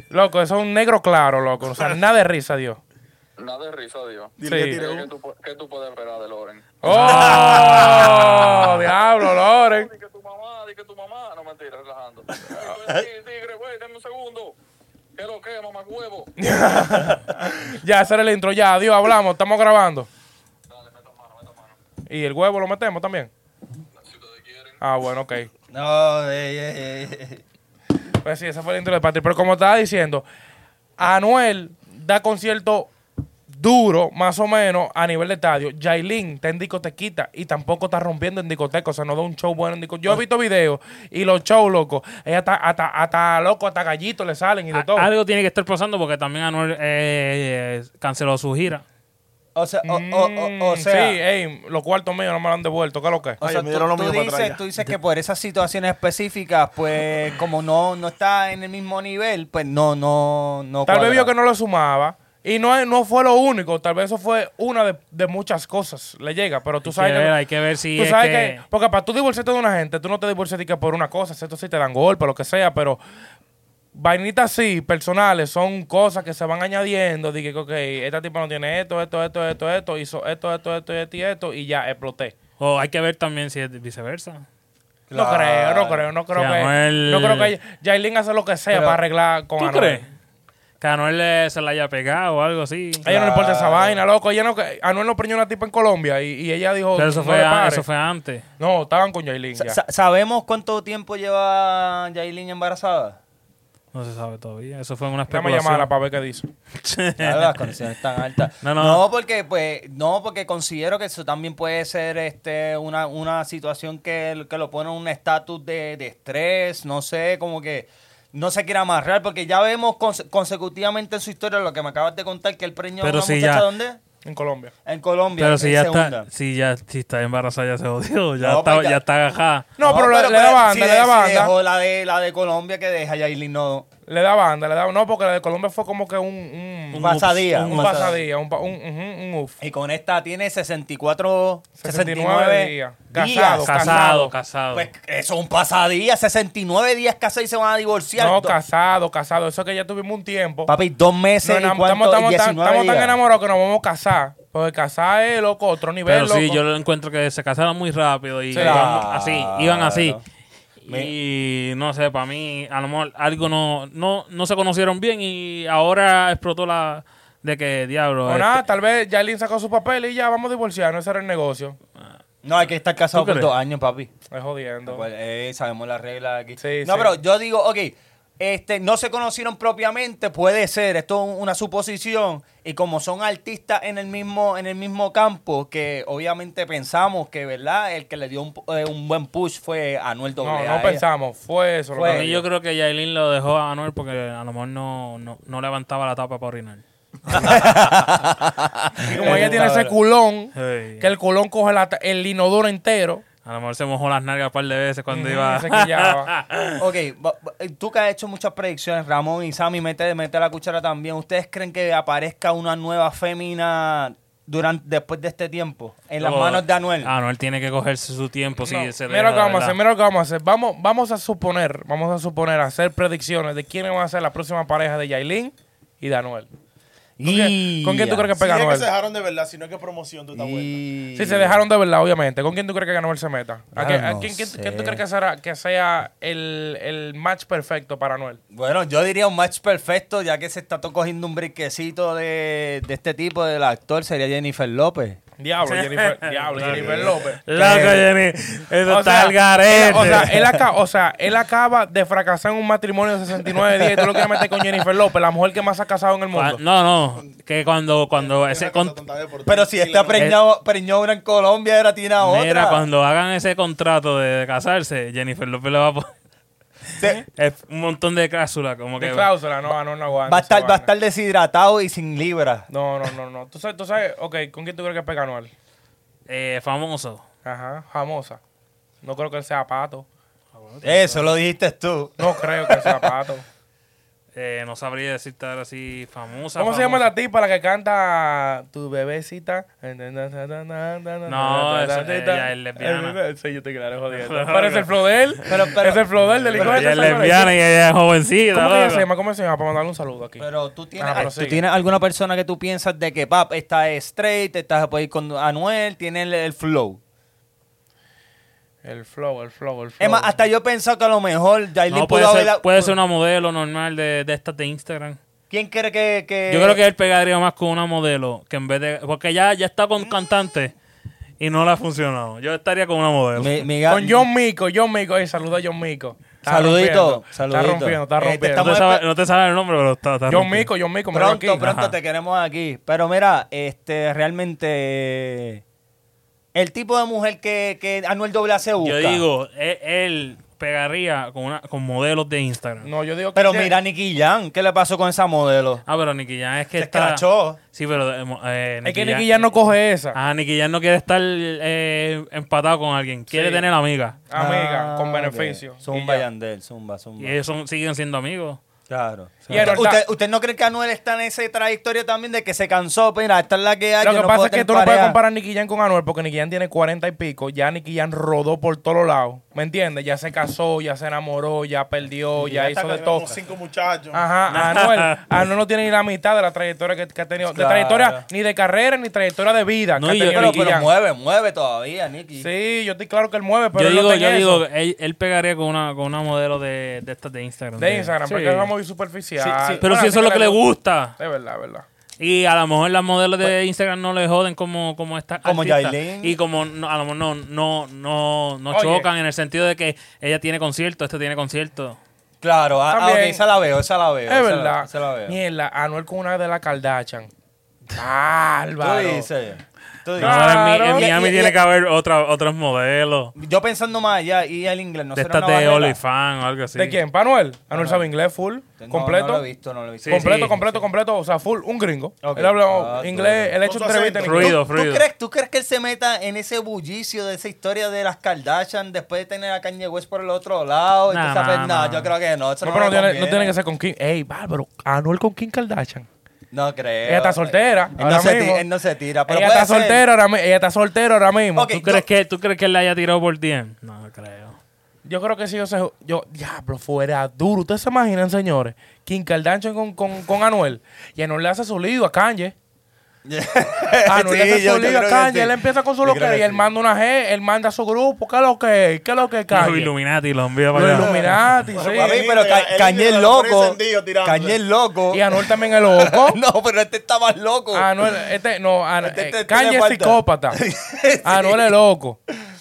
[SPEAKER 2] loco, eso es un negro claro, loco, o sea, nada de risa, Dios.
[SPEAKER 10] Nada de risa, Dios.
[SPEAKER 3] Dile
[SPEAKER 2] Sí.
[SPEAKER 3] que tire
[SPEAKER 10] Eh, ¿Qué
[SPEAKER 3] un-
[SPEAKER 10] tú, pu- qué tú puedes esperar de Loren?
[SPEAKER 2] ¡Oh! ¡Diablo, Loren!
[SPEAKER 10] Di que tu mamá, di que tu mamá. No, mentira, relajando. Ay, pues, sí, tigre, güey, dame un segundo. ¿Qué lo que, mamá huevo?
[SPEAKER 2] Ya, ese era el intro, ya, Dios, hablamos, estamos grabando. ¿Y el huevo lo metemos también? Ah, bueno, ok.
[SPEAKER 1] No, ey, ey, ey.
[SPEAKER 2] Pues sí, esa fue el intro de Patrick. Pero como estaba diciendo, Anuel da concierto duro, más o menos, a nivel de estadio. Yailin está en discotequita y tampoco está rompiendo en discoteca. O sea, no da un show bueno en discoteca. Yo he visto videos y los shows, loco. Ella está hasta, hasta loco, hasta gallito le salen y de
[SPEAKER 5] A-
[SPEAKER 2] todo.
[SPEAKER 5] Algo tiene que estar pasando porque también Anuel eh, eh, canceló su gira.
[SPEAKER 1] O sea, o, o- o- o
[SPEAKER 2] Mm,
[SPEAKER 1] sea.
[SPEAKER 2] sí, ey, los cuartos míos no me lo han devuelto. ¿Qué es lo que?
[SPEAKER 1] O
[SPEAKER 3] Ay,
[SPEAKER 1] sea,
[SPEAKER 3] me
[SPEAKER 1] tú,
[SPEAKER 3] dieron lo
[SPEAKER 1] tú
[SPEAKER 3] mío para atrás
[SPEAKER 1] dices,
[SPEAKER 3] ya.
[SPEAKER 1] tú dices que por esas situaciones específicas, pues como no, no está en el mismo nivel, pues no, no, no.
[SPEAKER 2] Tal vez
[SPEAKER 1] cuadra.
[SPEAKER 2] vio que no lo sumaba. Y no, es- no fue lo único, tal vez eso fue una de, de muchas cosas. Le llega, pero tú
[SPEAKER 5] Hay
[SPEAKER 2] sabes
[SPEAKER 5] que
[SPEAKER 2] que-
[SPEAKER 5] ver, hay que ver si
[SPEAKER 2] Tú
[SPEAKER 5] es
[SPEAKER 2] sabes
[SPEAKER 5] que-
[SPEAKER 2] que, porque para tú divorciarte de una gente, tú no te divorcias de que por una cosa, esto sí te dan golpe, lo que sea, pero vainitas sí, personales, son cosas que se van añadiendo, de que, ok, esta tipa no tiene esto, esto, esto, esto, esto, hizo esto, esto, esto, esto y esto, y ya exploté.
[SPEAKER 5] O hay que ver también si es viceversa.
[SPEAKER 2] No creo, no creo, no creo
[SPEAKER 5] Sí,
[SPEAKER 2] que.
[SPEAKER 5] Anuel-
[SPEAKER 2] No creo que Jailin hace lo que sea
[SPEAKER 1] Pero,
[SPEAKER 2] para arreglar con
[SPEAKER 5] ¿Tú
[SPEAKER 2] Anuel.
[SPEAKER 5] crees? Que a Anuel eh, se la haya pegado o algo así.
[SPEAKER 2] A ella no le importa esa vaina, loco. Ella no, Anuel no preñó una tipa en Colombia y, y ella dijo.
[SPEAKER 5] Pero eso
[SPEAKER 2] "No
[SPEAKER 5] fue,
[SPEAKER 2] le
[SPEAKER 5] a-
[SPEAKER 2] pare".
[SPEAKER 5] eso fue antes.
[SPEAKER 2] No, estaban con Jailin.
[SPEAKER 1] Sa-
[SPEAKER 2] ya.
[SPEAKER 1] sa- ¿Sabemos cuánto tiempo lleva Yailin embarazada?
[SPEAKER 5] No se sabe todavía. Eso fue una
[SPEAKER 2] Déjame llamarla
[SPEAKER 5] especulación.
[SPEAKER 2] para ver qué dice.
[SPEAKER 1] (laughs) Claro,
[SPEAKER 5] (laughs)
[SPEAKER 1] las condiciones están altas.
[SPEAKER 5] No,
[SPEAKER 1] No,
[SPEAKER 5] no.
[SPEAKER 1] porque pues, no, porque considero que eso también puede ser este una, una situación que, que lo pone en un estatus de, de estrés, no sé, como que no se quiere amarrar, porque ya vemos conse- consecutivamente en su historia lo que me acabas de contar, que el preñó a
[SPEAKER 5] Pero
[SPEAKER 1] una
[SPEAKER 5] si
[SPEAKER 1] muchacha
[SPEAKER 5] ya-
[SPEAKER 1] ¿dónde?
[SPEAKER 2] En Colombia.
[SPEAKER 1] En Colombia,
[SPEAKER 5] Pero si
[SPEAKER 1] en
[SPEAKER 5] ya
[SPEAKER 1] segunda.
[SPEAKER 5] está, si ya si está embarazada ya se jodió. Ya,
[SPEAKER 1] No,
[SPEAKER 5] está,
[SPEAKER 1] pues ya-
[SPEAKER 5] ya está agajada.
[SPEAKER 2] No, pero, le- le, da banda,
[SPEAKER 1] si
[SPEAKER 2] le
[SPEAKER 1] de-
[SPEAKER 2] da
[SPEAKER 1] si
[SPEAKER 2] banda.
[SPEAKER 1] dejó la de, la de Colombia que deja Yailin no.
[SPEAKER 2] Le da banda, le da. No, porque la de Colombia fue como que un. Un,
[SPEAKER 1] Un pasadía.
[SPEAKER 2] un
[SPEAKER 1] un pasadía.
[SPEAKER 2] pasadía, un, pa- un, ujú, un uf.
[SPEAKER 1] Y con esta tiene 64,
[SPEAKER 2] 69
[SPEAKER 1] 69
[SPEAKER 2] días.
[SPEAKER 1] días.
[SPEAKER 2] Casado, casado.
[SPEAKER 5] Casado, casado.
[SPEAKER 1] Pues eso es un pasadía, 69 días casados y se van a divorciar.
[SPEAKER 2] No,
[SPEAKER 1] Do-
[SPEAKER 2] casado, casado. Eso que ya tuvimos un tiempo.
[SPEAKER 1] Papi, dos meses
[SPEAKER 2] Nos
[SPEAKER 1] y
[SPEAKER 2] enam-
[SPEAKER 1] cuánto,
[SPEAKER 2] estamos, estamos
[SPEAKER 1] y
[SPEAKER 2] tan-
[SPEAKER 1] 19
[SPEAKER 2] estamos tan
[SPEAKER 1] días.
[SPEAKER 2] enamorados que nos vamos a casar. Porque casar es loco, otro nivel.
[SPEAKER 5] Pero sí,
[SPEAKER 2] loco.
[SPEAKER 5] yo lo encuentro que se casaron muy rápido y
[SPEAKER 2] Sí.
[SPEAKER 5] iban
[SPEAKER 1] Claro.
[SPEAKER 5] así, iban así. Y no sé, para mí, a lo mejor algo no, no, no se conocieron bien y ahora explotó la de que diablo.
[SPEAKER 2] O
[SPEAKER 5] este-
[SPEAKER 2] nada, tal vez Yailin sacó su papel y ya vamos a divorciarnos. Ese era el negocio.
[SPEAKER 1] No, hay que estar casado
[SPEAKER 5] ¿Tú
[SPEAKER 1] por
[SPEAKER 5] crees?
[SPEAKER 1] dos años, papi.
[SPEAKER 2] Es jodiendo.
[SPEAKER 1] Pues, eh, sabemos la regla aquí.
[SPEAKER 2] Sí,
[SPEAKER 1] no,
[SPEAKER 2] sí.
[SPEAKER 1] pero yo digo, ok, este, no se conocieron propiamente, puede ser, esto es una suposición. Y como son artistas en el mismo, en el mismo campo, que obviamente pensamos que, ¿verdad? El que le dio un, pu- eh, un buen push fue Anuel E.
[SPEAKER 2] no,
[SPEAKER 1] Doble eh.
[SPEAKER 2] no pensamos. Fue eso. lo
[SPEAKER 1] Fue.
[SPEAKER 2] que
[SPEAKER 5] Para mí
[SPEAKER 2] había.
[SPEAKER 5] yo creo que Yailin lo dejó a Anuel porque a lo mejor no, no, no levantaba la tapa para orinar.
[SPEAKER 2] Y como ella tiene ese culón, que
[SPEAKER 5] Sí.
[SPEAKER 2] el culón coge la ta- el inodoro entero.
[SPEAKER 5] A lo mejor se mojó las nalgas un par de veces cuando
[SPEAKER 2] Ujú,
[SPEAKER 5] iba.
[SPEAKER 2] se
[SPEAKER 5] (laughs)
[SPEAKER 2] quillaba.
[SPEAKER 1] Ok, va- va- eh, tú que has hecho muchas predicciones, Ramón y Sammy, mete, mete la cuchara también. ¿Ustedes creen que aparezca una nueva fémina durante, después de este tiempo en las
[SPEAKER 2] Oh.
[SPEAKER 5] Pero-
[SPEAKER 1] manos de Anuel?
[SPEAKER 2] Ah.
[SPEAKER 5] Ah, Anuel tiene que cogerse su tiempo. si
[SPEAKER 2] No,
[SPEAKER 5] se le
[SPEAKER 2] mira
[SPEAKER 5] da,
[SPEAKER 2] lo que vamos a
[SPEAKER 5] ¿verdad?
[SPEAKER 2] hacer, mira lo que vamos a hacer. Vamos, vamos a suponer, vamos a suponer, hacer predicciones de quiénes van a ser la próxima pareja de Yailin y de Anuel. ¿Con, quién-
[SPEAKER 1] Y-
[SPEAKER 2] con quién tú crees que
[SPEAKER 3] Si
[SPEAKER 2] pega
[SPEAKER 3] es que
[SPEAKER 2] Anuel?
[SPEAKER 3] se dejaron de verdad, si no es que promoción tú estás vuelta.
[SPEAKER 1] Y-
[SPEAKER 2] Sí, se dejaron de verdad, obviamente. ¿Con quién tú crees que Anuel se meta? ¿A
[SPEAKER 1] Ya
[SPEAKER 2] quién, a
[SPEAKER 1] no
[SPEAKER 2] quién- quién-
[SPEAKER 1] sé.
[SPEAKER 2] quién tú crees que será- que sea, el, el match perfecto para Anuel?
[SPEAKER 1] Bueno, yo diría un match perfecto, ya que se está to- cogiendo un briquecito de, de este tipo, del actor, sería Jennifer López. (laughs)
[SPEAKER 2] Diablo, Jennifer, diablo, Jennifer López.
[SPEAKER 5] Loco, Jenny. Eso
[SPEAKER 2] O
[SPEAKER 5] está
[SPEAKER 2] sea,
[SPEAKER 5] al garete.
[SPEAKER 2] él- O sea, él acaba, o sea, él acaba de fracasar en un matrimonio de 69 días y tú lo quieres meter con Jennifer López, la mujer que más se ha casado en el
[SPEAKER 5] Cua-
[SPEAKER 2] mundo.
[SPEAKER 5] No, no. Que cuando, cuando
[SPEAKER 3] Es
[SPEAKER 5] ese
[SPEAKER 3] una cosa
[SPEAKER 5] con-
[SPEAKER 3] tonta de por-
[SPEAKER 1] Pero si
[SPEAKER 3] Tranquila,
[SPEAKER 1] está preñado, preñado una en Colombia, era tiene a otra.
[SPEAKER 5] Mira, cuando hagan ese contrato de casarse, Jennifer López le va a poner
[SPEAKER 1] Se-
[SPEAKER 5] (laughs) es un montón de cláusulas. Como
[SPEAKER 2] De
[SPEAKER 5] que
[SPEAKER 2] cláusula, no, no, no aguanta.
[SPEAKER 1] va, a estar,
[SPEAKER 2] esa
[SPEAKER 1] va a
[SPEAKER 2] vaina.
[SPEAKER 1] estar deshidratado y sin libras.
[SPEAKER 2] No, no, no, no. Tú sabes, tú sabes, ok, ¿con quién tú crees que pega Anuel?
[SPEAKER 5] eh, famoso.
[SPEAKER 2] Ajá, famosa. No creo que él sea pato.
[SPEAKER 1] Eso lo dijiste tú.
[SPEAKER 2] No creo que sea
[SPEAKER 5] (laughs)
[SPEAKER 2] pato.
[SPEAKER 5] Eh, no sabría decir estar así famosa.
[SPEAKER 2] ¿Cómo se llama
[SPEAKER 5] famosa.
[SPEAKER 2] la tipa la que canta tu bebecita? No,
[SPEAKER 5] esa- ella es lesbiana.
[SPEAKER 2] (laughs) Sí, yo te claro,
[SPEAKER 5] (laughs)
[SPEAKER 2] jodiendo. Parece el flow de él. es el flow de él, del hijo de
[SPEAKER 5] Ella
[SPEAKER 2] esta
[SPEAKER 5] es
[SPEAKER 2] señora.
[SPEAKER 5] lesbiana y ella es jovencita.
[SPEAKER 2] ¿Cómo que ella
[SPEAKER 5] loco.
[SPEAKER 2] se llama? ¿Cómo se llama? Para mandarle un saludo aquí.
[SPEAKER 1] Pero tú tienes,
[SPEAKER 2] Ah, pero
[SPEAKER 1] ¿tú
[SPEAKER 2] sigue.
[SPEAKER 1] tienes alguna persona que tú piensas de que, pap, esta es straight, esta se puede ir con Anuel, tiene el, el flow.
[SPEAKER 2] El flow, el flow, el flow.
[SPEAKER 1] Es más, hasta yo he pensado que a lo mejor Yailin
[SPEAKER 5] No,
[SPEAKER 1] pudo
[SPEAKER 5] puede,
[SPEAKER 1] haber...
[SPEAKER 5] ser, puede ser una modelo normal de, de estas de Instagram.
[SPEAKER 1] ¿Quién cree que, que-
[SPEAKER 5] Yo creo que él pegaría más con una modelo que en vez de. Porque ya, ya está con cantante y no le ha funcionado. Yo estaría con una modelo.
[SPEAKER 1] Mi- mi ga-
[SPEAKER 2] Con John Mico, John Mico. Ey, saluda a John Mico. Está
[SPEAKER 1] Saludito,
[SPEAKER 2] rompiendo,
[SPEAKER 1] saludito.
[SPEAKER 2] Está rompiendo, está
[SPEAKER 1] Eh, te
[SPEAKER 2] rompiendo.
[SPEAKER 5] no, te
[SPEAKER 1] estamos-
[SPEAKER 5] sabe- no te sabe el nombre, pero está. está
[SPEAKER 2] John
[SPEAKER 5] rompido.
[SPEAKER 2] Mico, John Mico. míralo
[SPEAKER 1] Pronto,
[SPEAKER 2] aquí.
[SPEAKER 1] pronto
[SPEAKER 5] Ajá.
[SPEAKER 1] te queremos aquí. Pero mira, este realmente el tipo de mujer que, que Anuel Doble hace busca.
[SPEAKER 5] Yo digo, él, él pegaría con, una, con modelos de Instagram.
[SPEAKER 2] No, yo digo que...
[SPEAKER 1] Pero mira, Nicky Jam, ¿qué le pasó con esa modelo?
[SPEAKER 5] Ah, pero Nicky Jam es que
[SPEAKER 1] Se
[SPEAKER 5] está.
[SPEAKER 1] escrachó.
[SPEAKER 5] Sí, pero. eh, mo- eh,
[SPEAKER 2] Es que
[SPEAKER 5] Nicky
[SPEAKER 2] Nicky
[SPEAKER 5] Jam-
[SPEAKER 2] ya no coge esa.
[SPEAKER 5] Ah, Nicky Jam no quiere estar eh, empatado con alguien. Quiere
[SPEAKER 2] Sí.
[SPEAKER 5] tener amigas.
[SPEAKER 2] Amiga, con
[SPEAKER 1] Ah,
[SPEAKER 2] beneficio.
[SPEAKER 1] ok.
[SPEAKER 2] Y
[SPEAKER 1] Zumba
[SPEAKER 2] ya.
[SPEAKER 1] Yandel, zumba, zumba.
[SPEAKER 5] Y ellos son- siguen siendo amigos.
[SPEAKER 1] Claro.
[SPEAKER 2] Y
[SPEAKER 1] ¿Usted,
[SPEAKER 2] es verdad.
[SPEAKER 1] usted- usted no cree que Anuel está en esa trayectoria también de que se cansó? Mira, esta es la que hay.
[SPEAKER 2] Lo
[SPEAKER 1] yo
[SPEAKER 2] que
[SPEAKER 1] no
[SPEAKER 2] pasa
[SPEAKER 1] puedo
[SPEAKER 2] es que
[SPEAKER 1] tener
[SPEAKER 2] tú no puedes
[SPEAKER 1] pareja.
[SPEAKER 2] comparar a Nicky Jam con Anuel porque Nicky Jam tiene 40 y pico. Ya Nicky Jam rodó por todos lados. ¿Me entiendes? Ya se casó, ya se enamoró, ya perdió, ya,
[SPEAKER 3] está
[SPEAKER 2] hizo de Ah,
[SPEAKER 3] que
[SPEAKER 2] todo.
[SPEAKER 3] tenemos cinco muchachos.
[SPEAKER 5] (laughs)
[SPEAKER 2] Ajá, Anuel. Anuel no tiene ni la mitad de la trayectoria que, que ha tenido.
[SPEAKER 1] Claro.
[SPEAKER 2] De trayectoria, ni de carrera, ni trayectoria de vida.
[SPEAKER 5] No,
[SPEAKER 2] que ha
[SPEAKER 5] y yo-
[SPEAKER 2] tenido
[SPEAKER 1] Pero,
[SPEAKER 2] Nicky
[SPEAKER 1] pero
[SPEAKER 2] Jam.
[SPEAKER 1] mueve, mueve todavía, Nicky.
[SPEAKER 2] Sí, yo estoy claro que él mueve, pero
[SPEAKER 5] yo
[SPEAKER 2] él
[SPEAKER 5] digo,
[SPEAKER 2] no
[SPEAKER 5] yo
[SPEAKER 2] tiene eso.
[SPEAKER 5] digo, él, él pegaría con una, con una modelo de, de estas de Instagram.
[SPEAKER 2] De Instagram,
[SPEAKER 5] Sí.
[SPEAKER 2] porque es una movida
[SPEAKER 5] Sí,
[SPEAKER 2] superficial.
[SPEAKER 5] sí,
[SPEAKER 2] Bueno,
[SPEAKER 5] Pero
[SPEAKER 2] a
[SPEAKER 5] si
[SPEAKER 2] ti
[SPEAKER 5] eso es lo que le gusta.
[SPEAKER 2] Es verdad, es verdad.
[SPEAKER 5] Y a lo mejor las modelos de Instagram no le joden como, como esta
[SPEAKER 1] Como
[SPEAKER 5] artista.
[SPEAKER 1] Yailin.
[SPEAKER 5] Y como no- a lo mejor no, no, no, no
[SPEAKER 2] Oye.
[SPEAKER 5] chocan en el sentido de que ella tiene concierto, este tiene concierto.
[SPEAKER 1] Claro, ah, ah, ok,
[SPEAKER 2] También.
[SPEAKER 1] esa la veo, esa la veo.
[SPEAKER 2] Es
[SPEAKER 1] esa la-
[SPEAKER 2] verdad.
[SPEAKER 1] esa la veo.
[SPEAKER 2] Mierda, Anuel con una de la Kardashian. Bárbaro.
[SPEAKER 1] Tú dices. Tú dices.
[SPEAKER 5] No, ahora en mi- en,
[SPEAKER 2] Claro.
[SPEAKER 5] Miami
[SPEAKER 1] Y- y-
[SPEAKER 5] tiene
[SPEAKER 1] y-
[SPEAKER 5] que haber otra, otros modelos.
[SPEAKER 1] Yo pensando más allá y el inglés no
[SPEAKER 5] de
[SPEAKER 1] será
[SPEAKER 5] estas
[SPEAKER 1] una
[SPEAKER 5] de
[SPEAKER 1] barrera?
[SPEAKER 5] OnlyFans o algo así.
[SPEAKER 2] ¿De quién? ¿Para Anuel? Anuel sabe inglés full,
[SPEAKER 1] No,
[SPEAKER 2] completo.
[SPEAKER 1] No, lo he visto, no lo he visto.
[SPEAKER 5] Sí,
[SPEAKER 2] completo,
[SPEAKER 5] sí,
[SPEAKER 2] completo, completo. O sea, full, un gringo.
[SPEAKER 1] Ok.
[SPEAKER 2] Él habla
[SPEAKER 1] Ah,
[SPEAKER 2] inglés,
[SPEAKER 1] todo.
[SPEAKER 2] él ha hecho
[SPEAKER 3] Con su
[SPEAKER 2] entrevista en
[SPEAKER 3] acento.
[SPEAKER 2] inglés.
[SPEAKER 5] Ruido,
[SPEAKER 1] ¿Tú
[SPEAKER 5] ruido.
[SPEAKER 1] crees, ¿Tú crees que él se meta en ese bullicio de esa historia de las Kardashian después de tener a Kanye West por el otro lado? Y
[SPEAKER 5] Nah,
[SPEAKER 1] tú sabes,
[SPEAKER 5] nah,
[SPEAKER 1] nah,
[SPEAKER 5] nah.
[SPEAKER 1] yo creo que no. Eso
[SPEAKER 2] No, pero no
[SPEAKER 1] le
[SPEAKER 2] tiene, no
[SPEAKER 1] conviene.
[SPEAKER 2] tiene que ser con Kim. Ey, bárbaro, Anuel con Kim Kardashian.
[SPEAKER 1] No creo.
[SPEAKER 2] Ella está soltera.
[SPEAKER 1] Él
[SPEAKER 2] ahora
[SPEAKER 1] no, se ti-
[SPEAKER 2] mismo.
[SPEAKER 1] él no se tira. Pero
[SPEAKER 2] ella
[SPEAKER 1] puede
[SPEAKER 2] está
[SPEAKER 1] ser. (laughs)
[SPEAKER 2] soltera ahora mismo. Ella está soltera ahora mismo.
[SPEAKER 1] Ok.
[SPEAKER 5] ¿Tú,
[SPEAKER 1] yo-
[SPEAKER 5] crees que, ¿Tú crees que él la haya tirado por 10? No creo.
[SPEAKER 2] Yo creo que si yo se. Yo, diablo, fuera duro. Ustedes se imaginan, señores, Kim Kardashian con, con, con Anuel. Y Anuel le hace su lío
[SPEAKER 1] (laughs)
[SPEAKER 2] a Kanye. Anuel le hace
[SPEAKER 1] Sí, yo-
[SPEAKER 2] su
[SPEAKER 1] yo
[SPEAKER 2] lío a
[SPEAKER 1] creo que
[SPEAKER 2] Kanye.
[SPEAKER 1] sí.
[SPEAKER 2] Él empieza con su
[SPEAKER 1] Yo
[SPEAKER 2] loquería.
[SPEAKER 1] creo
[SPEAKER 2] Y
[SPEAKER 1] que
[SPEAKER 2] él
[SPEAKER 1] sí.
[SPEAKER 2] manda una G, él manda a su grupo. ¿Qué es lo que es? ¿Qué es lo que es,
[SPEAKER 5] Los
[SPEAKER 2] Kanye?
[SPEAKER 5] Illuminati los envía para
[SPEAKER 2] Los
[SPEAKER 5] allá.
[SPEAKER 2] Illuminati, sí.
[SPEAKER 1] Papi,
[SPEAKER 3] Él
[SPEAKER 1] pero
[SPEAKER 3] iba-
[SPEAKER 1] Ca-
[SPEAKER 3] él
[SPEAKER 1] Kanye es
[SPEAKER 3] iba por ese
[SPEAKER 1] loco.
[SPEAKER 3] sendillo tirándole.
[SPEAKER 1] Cañé es loco.
[SPEAKER 2] Y Anuel también es loco.
[SPEAKER 1] (laughs) No, pero este está más loco.
[SPEAKER 2] Anuel, este, no, An-
[SPEAKER 1] Este- este-
[SPEAKER 2] eh,
[SPEAKER 1] este
[SPEAKER 2] Kanye
[SPEAKER 1] le
[SPEAKER 2] es
[SPEAKER 1] falta. (laughs)
[SPEAKER 2] psicópata. Anuel es loco.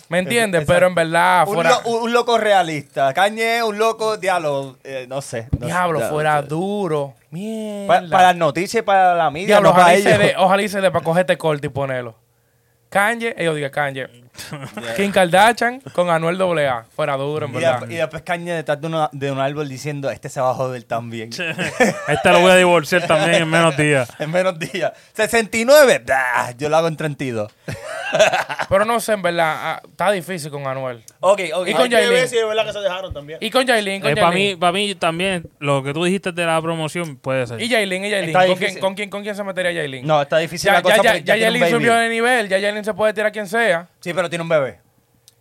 [SPEAKER 2] ¿Me entiendes? Pero en verdad,
[SPEAKER 1] un,
[SPEAKER 2] fuera.
[SPEAKER 1] lo- un loco realista. Cañé es un loco, diablo, eh, no sé. no sé,
[SPEAKER 2] Diablo,
[SPEAKER 1] diablo,
[SPEAKER 2] fuera
[SPEAKER 1] no sé.
[SPEAKER 2] duro.
[SPEAKER 1] Pa-
[SPEAKER 2] Mierda.
[SPEAKER 1] Para, las noticias y para la media,
[SPEAKER 2] Diablo,
[SPEAKER 1] no para
[SPEAKER 2] ojalá y se
[SPEAKER 1] ellos.
[SPEAKER 2] dé, ojalá y se dé para coger este corte y ponerlo. Kanye, ellos digan Kanye. Kim Kardashian con Anuel AA. Fuera duro, en
[SPEAKER 1] Y,
[SPEAKER 2] verdad.
[SPEAKER 1] de- y después Kanye detrás de, una- de un árbol diciendo, este se va a joder también.
[SPEAKER 5] (laughs) Esta lo voy
[SPEAKER 1] (laughs)
[SPEAKER 5] a divorciar también en menos días.
[SPEAKER 1] en menos días. 69, ¡Bah! yo lo hago en 32.
[SPEAKER 2] Pero no sé, en verdad, ah, está difícil con Anuel.
[SPEAKER 1] (laughs) Ok, ok.
[SPEAKER 2] Y con
[SPEAKER 1] Ay,
[SPEAKER 2] Yailin.
[SPEAKER 3] Hay que ver si es verdad que se dejaron también.
[SPEAKER 2] Y con Yailin, con
[SPEAKER 5] para, Eh, mí,
[SPEAKER 2] Yailin.
[SPEAKER 5] para mí también, lo que tú dijiste de la promoción puede ser.
[SPEAKER 2] Y Yailin, y Yailin.
[SPEAKER 1] Está
[SPEAKER 2] ¿Con quién,
[SPEAKER 1] difícil.
[SPEAKER 2] con, quién, ¿Con quién se metería Yailin?
[SPEAKER 1] No, está difícil
[SPEAKER 2] ya,
[SPEAKER 1] la cosa
[SPEAKER 2] ya, ya,
[SPEAKER 1] porque ya
[SPEAKER 2] ya
[SPEAKER 1] tiene un
[SPEAKER 2] Yailin
[SPEAKER 1] baby.
[SPEAKER 2] subió de nivel, ya Yailin se puede tirar a quien sea.
[SPEAKER 1] Sí, pero tiene un bebé.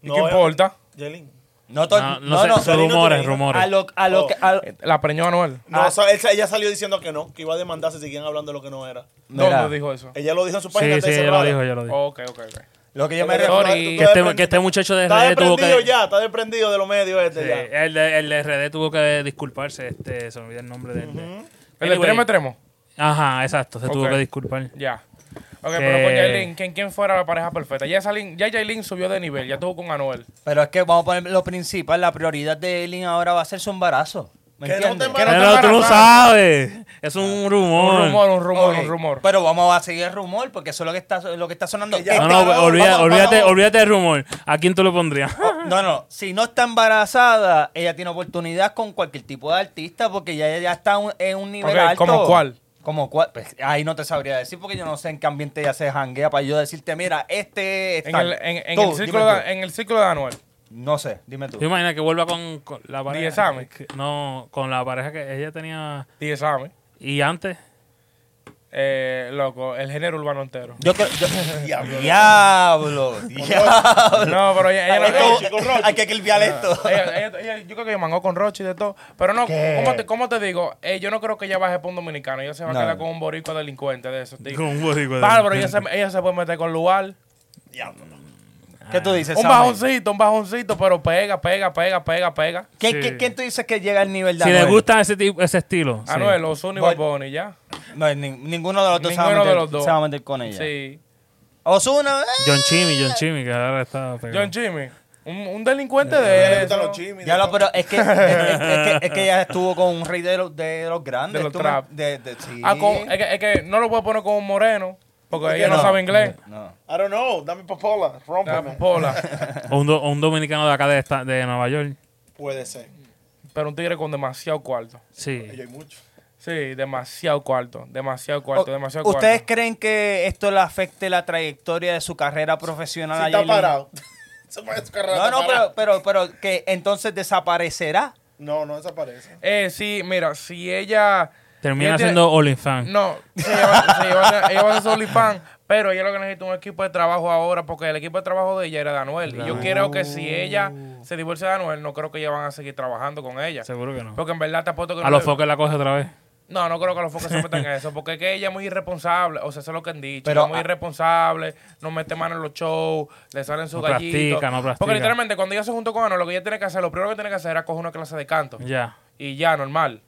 [SPEAKER 2] ¿Y
[SPEAKER 3] No,
[SPEAKER 2] qué
[SPEAKER 3] ya-
[SPEAKER 2] importa?
[SPEAKER 3] Yailin.
[SPEAKER 1] No, Eh, to-
[SPEAKER 5] no, no, sé, son
[SPEAKER 3] Yailin no
[SPEAKER 5] rumores,
[SPEAKER 3] tiene-
[SPEAKER 5] rumores.
[SPEAKER 1] A lo, a lo
[SPEAKER 3] Oh.
[SPEAKER 1] que... a-
[SPEAKER 2] eh, La preñó Anuel.
[SPEAKER 3] No, o sea, él- ella salió diciendo que no, que iba a demandar si seguían hablando de lo que no era.
[SPEAKER 1] Mira,
[SPEAKER 2] ¿Dónde dijo eso?
[SPEAKER 3] Ella lo dijo en su página.
[SPEAKER 5] Sí,
[SPEAKER 3] está
[SPEAKER 5] sí, yo lo
[SPEAKER 3] cerrada.
[SPEAKER 5] dijo, yo lo dijo.
[SPEAKER 2] Ok, ok, ok.
[SPEAKER 1] lo que yo me refiero...
[SPEAKER 2] Sorry.
[SPEAKER 3] Tú
[SPEAKER 5] que,
[SPEAKER 3] estás
[SPEAKER 5] este,
[SPEAKER 3] deprendi-
[SPEAKER 5] que este muchacho de
[SPEAKER 3] Está
[SPEAKER 5] RD tuvo
[SPEAKER 3] desprendido
[SPEAKER 5] que...
[SPEAKER 3] ya, está desprendido de los medios este
[SPEAKER 5] Sí, Eh,
[SPEAKER 3] ya.
[SPEAKER 5] el, de, el de RD tuvo que disculparse, este, se me olvidó el nombre del... de-
[SPEAKER 2] El de
[SPEAKER 5] Anyway,
[SPEAKER 2] tremo extremo.
[SPEAKER 5] Ajá, exacto, se tuvo
[SPEAKER 2] Ok.
[SPEAKER 5] que disculpar.
[SPEAKER 2] Ya. Ok,
[SPEAKER 5] Que-
[SPEAKER 2] pero con Yailin, ¿quién, ¿quién fuera la pareja perfecta? Ya, Yailin, ya Yailin subió de nivel, ya estuvo con Anuel.
[SPEAKER 1] Pero es que vamos a poner lo principal, la prioridad de Eileen ahora va a ser su embarazo. ¿Me
[SPEAKER 3] Que no te
[SPEAKER 1] entiendes?
[SPEAKER 3] embaraces.
[SPEAKER 2] está
[SPEAKER 5] Pero tú no
[SPEAKER 2] embarazada.
[SPEAKER 5] sabes, es un rumor.
[SPEAKER 2] Un rumor, un rumor,
[SPEAKER 1] Ok,
[SPEAKER 2] un rumor.
[SPEAKER 1] Pero vamos a seguir el rumor, porque eso es lo que está, lo que está sonando.
[SPEAKER 3] Ya.
[SPEAKER 1] Eh,
[SPEAKER 5] No, no,
[SPEAKER 3] Vamos,
[SPEAKER 5] olvida-
[SPEAKER 3] Este vamos,
[SPEAKER 5] olvídate,
[SPEAKER 3] vamos.
[SPEAKER 5] olvídate del rumor. ¿A quién tú lo pondrías?
[SPEAKER 1] Oh, No, no, si no está embarazada, ella tiene oportunidad con cualquier tipo de artista, porque ya, ya está un- en un nivel
[SPEAKER 2] Ok,
[SPEAKER 1] alto.
[SPEAKER 2] ¿cómo cuál?
[SPEAKER 1] Como cuál, pues, ahí no te sabría decir, porque yo no sé en qué ambiente ella se janguea para yo decirte, mira, este
[SPEAKER 2] En
[SPEAKER 1] está.
[SPEAKER 2] el, en, en
[SPEAKER 1] Tú,
[SPEAKER 2] el círculo
[SPEAKER 1] dime
[SPEAKER 2] de, en el círculo de Anuel.
[SPEAKER 1] tú. No sé, dime tú.
[SPEAKER 5] ¿Te imaginas que vuelva con, con la pareja?
[SPEAKER 2] Examen.
[SPEAKER 5] que- No, con la pareja que ella tenía.
[SPEAKER 2] DJ Sammy.
[SPEAKER 5] Y antes.
[SPEAKER 2] Eh, loco, el género urbano entero.
[SPEAKER 1] Yo creo- yo-
[SPEAKER 3] (laughs) Diablo.
[SPEAKER 1] diablo, diablo.
[SPEAKER 2] No, pero ella, ella,
[SPEAKER 3] Esto-
[SPEAKER 2] ella-
[SPEAKER 3] Rochi, con Ah. Rochi.
[SPEAKER 1] Hay que kilpear esto.
[SPEAKER 2] ella- ella- ella- yo creo que mangó con Roche y de todo. Pero no, ¿cómo te, cómo te digo? Eh, yo no creo que ella baje por un dominicano. Ella se va
[SPEAKER 1] No.
[SPEAKER 2] a quedar con un boricua delincuente de esos (laughs)
[SPEAKER 5] Con
[SPEAKER 2] tíos.
[SPEAKER 5] un boricua.
[SPEAKER 2] Bárbaro, ella se, ella se puede meter con lugar.
[SPEAKER 1] ¿Qué tú dices,
[SPEAKER 2] Un
[SPEAKER 1] Sammy?
[SPEAKER 2] bajoncito, un bajoncito, pero pega, pega, pega, pega, pega.
[SPEAKER 1] ¿Quién,
[SPEAKER 5] Sí.
[SPEAKER 1] quién- quién tú dices que llega al nivel de
[SPEAKER 5] Si le
[SPEAKER 1] Anuel?
[SPEAKER 5] gusta ese, tipo, ese estilo. sí.
[SPEAKER 2] Anuel, Ozuna y
[SPEAKER 1] Voy-
[SPEAKER 2] Bad Bunny, ya.
[SPEAKER 1] No, ni- ninguno de los dos se va, a
[SPEAKER 2] Ninguno de
[SPEAKER 1] meter,
[SPEAKER 2] los dos.
[SPEAKER 1] se va a meter con ella.
[SPEAKER 2] Sí.
[SPEAKER 1] Osuna,
[SPEAKER 5] John Chimmy, John Chimmy, que ahora está. pegado.
[SPEAKER 2] John Jimmy, un, un delincuente
[SPEAKER 3] Le
[SPEAKER 2] de
[SPEAKER 3] gustan los
[SPEAKER 2] eso.
[SPEAKER 3] chimis.
[SPEAKER 1] Ya lo,
[SPEAKER 3] de todo.
[SPEAKER 1] pero es que, es, es- es que, es que ella estuvo con un rey de los, de los grandes.
[SPEAKER 2] De los
[SPEAKER 1] tú me-
[SPEAKER 2] trap.
[SPEAKER 1] de- de- sí.
[SPEAKER 2] Ah, con- es, que, es que no lo puedo poner con un moreno, porque ella no, sabe inglés. Ah,
[SPEAKER 1] No.
[SPEAKER 3] I don't know, dame popola,
[SPEAKER 2] La
[SPEAKER 3] rómpeme.
[SPEAKER 5] (laughs)
[SPEAKER 2] pola.
[SPEAKER 5] O, un do- o un dominicano de acá de, esta- de Nueva York.
[SPEAKER 3] Puede ser.
[SPEAKER 2] Pero un tigre con demasiado cuarto.
[SPEAKER 5] Sí.
[SPEAKER 3] Ellos hay mucho.
[SPEAKER 2] Sí, demasiado cuarto. Demasiado cuarto,
[SPEAKER 1] O-
[SPEAKER 2] demasiado cuarto.
[SPEAKER 1] ¿Ustedes creen que esto le afecte la trayectoria de su carrera profesional?
[SPEAKER 3] Si
[SPEAKER 1] a
[SPEAKER 3] está
[SPEAKER 1] Yailin?
[SPEAKER 3] parado. (laughs) Se parece que carrera
[SPEAKER 1] No,
[SPEAKER 3] está
[SPEAKER 1] no,
[SPEAKER 3] parado.
[SPEAKER 1] pero, pero, pero que entonces desaparecerá.
[SPEAKER 3] No, no desaparece.
[SPEAKER 2] Eh, sí, mira, si ella...
[SPEAKER 5] Termina
[SPEAKER 2] ella tiene-
[SPEAKER 5] siendo OnlyFans.
[SPEAKER 2] No, sí, ella, va, sí, ella va a ser- ella va a ser OnlyFans, pero ella lo que necesita es un equipo de trabajo ahora, porque el equipo de trabajo de ella era de Anuel. Y yo creo que si ella se divorcia de Anuel, no creo que ella van a seguir trabajando con ella.
[SPEAKER 5] Seguro que no.
[SPEAKER 2] Porque en verdad te apuesto que
[SPEAKER 5] A
[SPEAKER 2] no
[SPEAKER 5] los
[SPEAKER 2] le-
[SPEAKER 5] focos la coge otra vez.
[SPEAKER 2] No, no creo que los focos se metan en eso, porque es que ella es muy irresponsable, o sea, eso es lo que han dicho,
[SPEAKER 1] Pero-
[SPEAKER 2] Ella es muy irresponsable, no mete mano en los shows, le salen sus
[SPEAKER 5] No practica,
[SPEAKER 2] gallitos.
[SPEAKER 5] no practica.
[SPEAKER 2] Porque literalmente cuando ella se juntó con Anuel, lo que ella tiene que hacer, lo primero que tiene que hacer era coger una clase de canto,
[SPEAKER 5] Ya.
[SPEAKER 2] y ya, normal.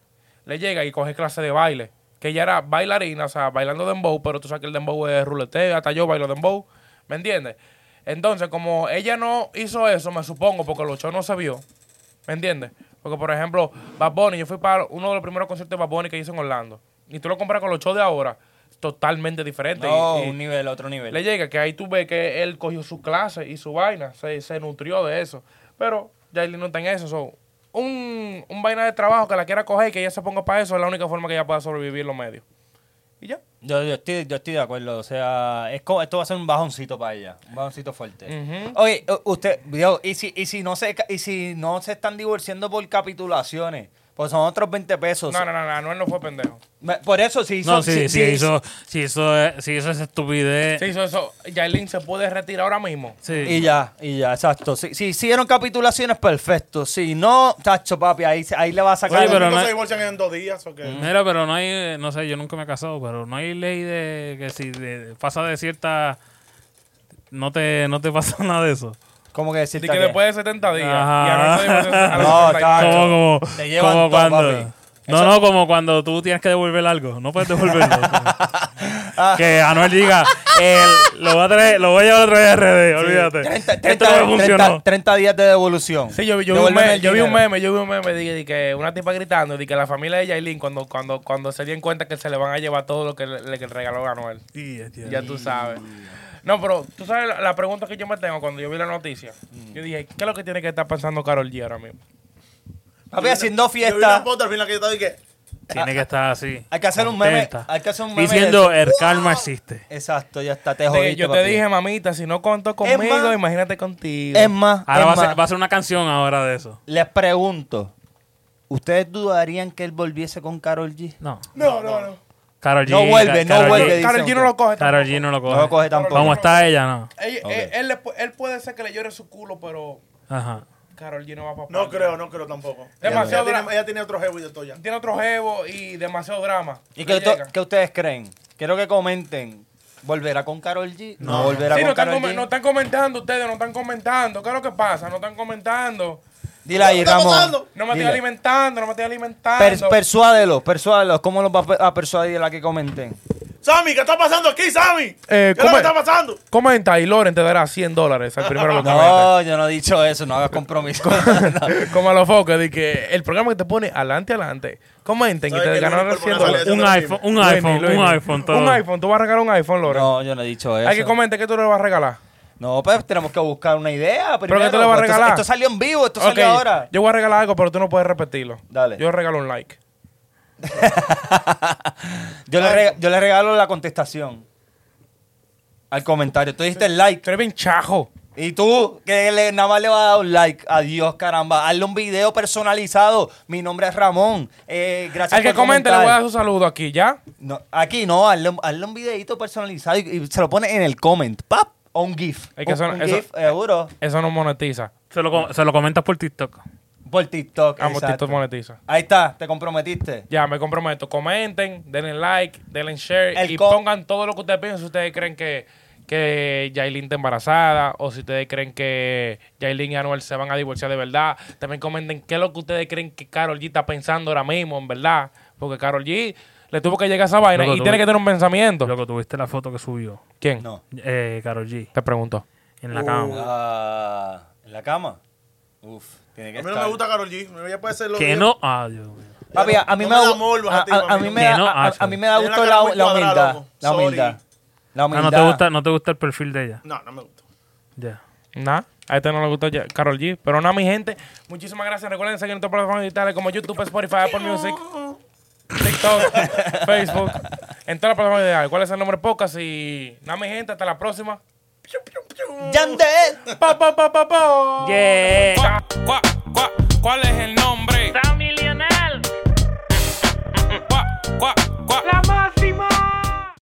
[SPEAKER 2] Le llega y coge clase de baile, que ella era bailarina, o sea, bailando dembow, pero tú sabes que el dembow es ruleteo, hasta yo bailo dembow, ¿me entiendes? Entonces, como ella no hizo eso, me supongo, porque los shows no se vio, ¿Me entiendes? Porque, por ejemplo, Bad Bunny, yo fui para uno de los primeros conciertos de Bad Bunny que hice en Orlando. Y tú lo comparas con los shows de ahora, totalmente diferente.
[SPEAKER 1] No,
[SPEAKER 2] Y- y
[SPEAKER 1] un nivel, otro nivel.
[SPEAKER 2] le llega que ahí tú ves que él cogió su clase y su vaina, se, se nutrió de eso. Pero Yailin no está en eso. so, un, un vaina de trabajo que la quiera coger y que ella se ponga para eso es la única forma que ella pueda sobrevivir en los medios. Y ya.
[SPEAKER 1] Yo, yo estoy, yo estoy de acuerdo. O sea, es co- esto va a ser un bajoncito para ella. Un bajoncito fuerte. Oye, u- usted, yo, y, si, y, si no se, ca- y si no se están divorciando por capitulaciones, pues son otros 20 pesos.
[SPEAKER 2] No, no, no, no, Anuel no fue pendejo.
[SPEAKER 1] Me- Por eso, si hizo.
[SPEAKER 5] No, sí,
[SPEAKER 1] si-
[SPEAKER 5] sí,
[SPEAKER 1] si-
[SPEAKER 5] hizo, sí, hizo, sí, hizo esa estupidez.
[SPEAKER 1] Eh.
[SPEAKER 2] Sí, eso, eso. Yailin se puede retirar ahora mismo.
[SPEAKER 5] Sí.
[SPEAKER 1] Y ya, y ya, exacto. Si, si hicieron capitulaciones, perfecto. Si no, tacho, papi, ahí, se- ahí le va a sacar.
[SPEAKER 5] Oye,
[SPEAKER 3] Los
[SPEAKER 5] pero
[SPEAKER 3] chicos
[SPEAKER 5] no- Mm.
[SPEAKER 3] se divorcian en dos días o qué?
[SPEAKER 5] Mira, pero no hay, no sé, yo nunca me he casado, pero no hay ley de que si de- pasa de cierta, no te, no te (laughs) pasa nada de eso.
[SPEAKER 1] ¿Cómo que
[SPEAKER 2] Y
[SPEAKER 1] decirte?
[SPEAKER 2] que
[SPEAKER 1] que-
[SPEAKER 2] después de 70 días.
[SPEAKER 5] Ajá.
[SPEAKER 2] Y Anuel se divorció a los
[SPEAKER 1] No,
[SPEAKER 2] 70 y-
[SPEAKER 1] Ah,
[SPEAKER 5] Como,
[SPEAKER 1] yo-
[SPEAKER 5] como,
[SPEAKER 1] te llevan
[SPEAKER 5] como
[SPEAKER 1] todo,
[SPEAKER 5] cuando,
[SPEAKER 1] papi.
[SPEAKER 5] no, no, como cuando tú tienes que devolver algo, no
[SPEAKER 1] (laughs)
[SPEAKER 5] puedes devolverlo. que Anuel diga, el- lo voy a traer, lo voy a llevar otra vez a RD, olvídate.
[SPEAKER 1] 30,
[SPEAKER 5] Esto no me
[SPEAKER 1] 30
[SPEAKER 5] funcionó.
[SPEAKER 1] 30 días de devolución.
[SPEAKER 2] Sí, yo, vi- yo vi un
[SPEAKER 1] Devuélveme
[SPEAKER 2] meme,
[SPEAKER 1] el
[SPEAKER 2] yo vi un
[SPEAKER 1] dinero.
[SPEAKER 2] meme, yo vi un meme de, de que una tipa gritando de que la familia de Yailin cuando, cuando, cuando se dieron cuenta que se le van a llevar todo lo que le, le- que regaló a Noel. Ya tú sabes. No, pero tú sabes la, la pregunta que yo me tengo cuando yo vi la noticia.
[SPEAKER 1] Mm.
[SPEAKER 2] Yo dije, ¿qué es lo que tiene que estar pensando Carol G ahora mismo?
[SPEAKER 1] Papi, haciendo
[SPEAKER 3] Yo vi una
[SPEAKER 1] fiesta.
[SPEAKER 3] foto al final que yo estaba y que
[SPEAKER 5] Tiene que estar así.
[SPEAKER 1] Hay que hacer un meme-
[SPEAKER 5] contenta.
[SPEAKER 1] hay que hacer un meme
[SPEAKER 5] Diciendo,
[SPEAKER 1] de
[SPEAKER 5] el karma existe.
[SPEAKER 1] Exacto, ya está, te
[SPEAKER 2] Sí,
[SPEAKER 1] jodiste,
[SPEAKER 2] yo te
[SPEAKER 1] papi.
[SPEAKER 2] dije, mamita, si no contó
[SPEAKER 1] Es
[SPEAKER 2] conmigo,
[SPEAKER 1] más-
[SPEAKER 2] imagínate contigo.
[SPEAKER 1] Es más,
[SPEAKER 5] Ahora
[SPEAKER 1] es
[SPEAKER 5] va a,
[SPEAKER 1] más,
[SPEAKER 5] ser, va a ser una canción ahora de eso.
[SPEAKER 1] les pregunto. ¿Ustedes dudarían que él volviese con Carol G?
[SPEAKER 5] No.
[SPEAKER 3] No, no, no.
[SPEAKER 5] Carol G.
[SPEAKER 1] No vuelve, no
[SPEAKER 5] Karol G-
[SPEAKER 1] vuelve.
[SPEAKER 2] Carol G no lo coge.
[SPEAKER 5] Karol G no lo coge.
[SPEAKER 1] No lo coge tampoco.
[SPEAKER 5] Como está ella, no.
[SPEAKER 2] Ella-
[SPEAKER 1] Ok.
[SPEAKER 2] eh, él, él le pu- él puede ser que le llore su culo, pero
[SPEAKER 5] Ajá.
[SPEAKER 2] Carol G no va para
[SPEAKER 3] No creo, no creo tampoco.
[SPEAKER 2] Demasiado
[SPEAKER 3] Ella tiene,
[SPEAKER 2] drama.
[SPEAKER 3] ella tiene otro jevo y de todo ya.
[SPEAKER 2] Tiene otro jevo y demasiado drama.
[SPEAKER 1] ¿Y
[SPEAKER 2] No
[SPEAKER 1] qué, to-
[SPEAKER 2] llega.
[SPEAKER 1] qué ustedes creen? Quiero que comenten. ¿Volverá con Carol G? No, volverá
[SPEAKER 2] Sí, no
[SPEAKER 1] con
[SPEAKER 2] están,
[SPEAKER 1] Carol
[SPEAKER 2] come-
[SPEAKER 1] G.
[SPEAKER 2] no están comentando ustedes, no están comentando. ¿Qué es lo que pasa? No están comentando.
[SPEAKER 1] Dile ahí,
[SPEAKER 3] Estamos
[SPEAKER 1] Ramón.
[SPEAKER 3] dando.
[SPEAKER 2] No me estoy
[SPEAKER 1] Dile.
[SPEAKER 2] alimentando, no me estoy alimentando.
[SPEAKER 1] Per- persuádelos, persuádelos. ¿Cómo los va a pe- a persuadir a que comenten?
[SPEAKER 3] Sammy, ¿qué está pasando aquí, Sammy?
[SPEAKER 2] Eh,
[SPEAKER 3] ¿Qué es lo
[SPEAKER 2] come-
[SPEAKER 3] que está pasando?
[SPEAKER 2] Comenta y Loren te dará 100 dólares al primero que
[SPEAKER 5] (laughs)
[SPEAKER 2] comenta.
[SPEAKER 1] No, yo no he dicho eso, no hagas (laughs) compromiso.
[SPEAKER 2] Como a los focos, de que el programa que te pone adelante, adelante. Comenten y
[SPEAKER 3] ¿Sabes
[SPEAKER 2] te
[SPEAKER 3] que el
[SPEAKER 2] ganarán
[SPEAKER 3] único
[SPEAKER 2] 100
[SPEAKER 3] programa
[SPEAKER 2] dólares.
[SPEAKER 3] Eso
[SPEAKER 5] Un
[SPEAKER 3] no
[SPEAKER 5] iPhone, un
[SPEAKER 2] Luini,
[SPEAKER 5] iPhone,
[SPEAKER 2] Luini.
[SPEAKER 5] un iPhone, todo.
[SPEAKER 2] Un iPhone, tú vas a regalar un iPhone, Loren.
[SPEAKER 1] no, yo no he dicho eso.
[SPEAKER 2] Hay que comentar que tú le vas a regalar.
[SPEAKER 1] No, pues tenemos que buscar una idea. Primero.
[SPEAKER 2] qué te le vas
[SPEAKER 1] Esto-
[SPEAKER 2] a regalar?
[SPEAKER 1] Esto, salió en vivo, esto salió
[SPEAKER 2] Ok,
[SPEAKER 1] ahora.
[SPEAKER 2] Yo voy a regalar algo, pero tú no puedes repetirlo.
[SPEAKER 1] Dale.
[SPEAKER 2] Yo regalo un like.
[SPEAKER 1] Yo le, rega- yo le regalo la contestación al comentario. Tú diste el like.
[SPEAKER 2] Tú eres bien chajo.
[SPEAKER 1] Y tú, que le- nada más le vas a dar un like. Adiós, caramba. Hazle un video personalizado. Mi nombre es Ramón. Eh, gracias
[SPEAKER 2] Al que
[SPEAKER 1] por
[SPEAKER 2] comente le voy a
[SPEAKER 1] comentar.
[SPEAKER 2] dar su saludo aquí, ¿ya?
[SPEAKER 1] No, aquí no, hazle, un- hazle un videito personalizado y, y se lo pone en el comment. ¡Pap! O un GIF.
[SPEAKER 2] Es
[SPEAKER 1] un
[SPEAKER 2] que eso-
[SPEAKER 1] un
[SPEAKER 2] eso-
[SPEAKER 1] GIF, seguro.
[SPEAKER 2] Eso no monetiza.
[SPEAKER 5] Se lo, com- se lo comentas por TikTok.
[SPEAKER 1] Por TikTok.
[SPEAKER 2] Amo
[SPEAKER 1] exacto.
[SPEAKER 2] Ah, TikTok monetiza.
[SPEAKER 1] Ahí está, te comprometiste.
[SPEAKER 2] Ya, me comprometo. Comenten, denle like, denle share
[SPEAKER 1] El
[SPEAKER 2] y
[SPEAKER 1] co-
[SPEAKER 2] pongan todo lo que ustedes piensan. Si ustedes creen que, que Yailin está embarazada o si ustedes creen que Yailin y Anuel se van a divorciar de verdad. También comenten qué es lo que ustedes creen que Carol G está pensando ahora mismo, en verdad. Porque Carol G le tuvo que llegar a esa vaina
[SPEAKER 5] Loco,
[SPEAKER 2] y
[SPEAKER 5] tú-
[SPEAKER 2] tiene que tener un pensamiento.
[SPEAKER 5] Loco, tuviste la foto que subió.
[SPEAKER 2] ¿Quién?
[SPEAKER 1] No.
[SPEAKER 5] Eh, Karol G.
[SPEAKER 2] Te pregunto.
[SPEAKER 5] En la cama.
[SPEAKER 1] Ah, ¿En la cama? Uf, tiene que
[SPEAKER 3] A mí no
[SPEAKER 1] estar.
[SPEAKER 3] me gusta Carol G. Ella puede ser lo
[SPEAKER 5] Que no. Ah, Dios mío.
[SPEAKER 1] Papi, a mí me
[SPEAKER 3] No me
[SPEAKER 1] da
[SPEAKER 3] da
[SPEAKER 1] gu-
[SPEAKER 3] morbo,
[SPEAKER 1] a-
[SPEAKER 3] a ti,
[SPEAKER 1] a- a mí
[SPEAKER 3] mami.
[SPEAKER 1] me da-
[SPEAKER 5] Que no,
[SPEAKER 1] a- a
[SPEAKER 5] Hacho.
[SPEAKER 1] mí me da
[SPEAKER 3] Tiene la
[SPEAKER 1] gusto
[SPEAKER 3] cara
[SPEAKER 1] la
[SPEAKER 3] muy
[SPEAKER 1] la
[SPEAKER 3] cuadrada,
[SPEAKER 1] humildad.
[SPEAKER 3] loco.
[SPEAKER 1] La humildad. La
[SPEAKER 5] Ah, no
[SPEAKER 1] humildad.
[SPEAKER 5] te gusta, no te gusta el perfil de ella.
[SPEAKER 3] No, no me gusta.
[SPEAKER 5] Ya.
[SPEAKER 2] Nada. A este no le gustó ya- Karol G. Pero nada, mi gente. Muchísimas gracias. Recuerden seguir en todas las plataformas digitales como YouTube, Spotify, Apple Music, TikTok, Facebook. En todas las plataformas digitales. ¿Cuál es el nombre podcast? Y nada, mi gente. Hasta la próxima.
[SPEAKER 1] Yandel.
[SPEAKER 2] Pa, pa, pa, pa, pa.
[SPEAKER 5] Yeah.
[SPEAKER 2] ¿Cuál es el nombre?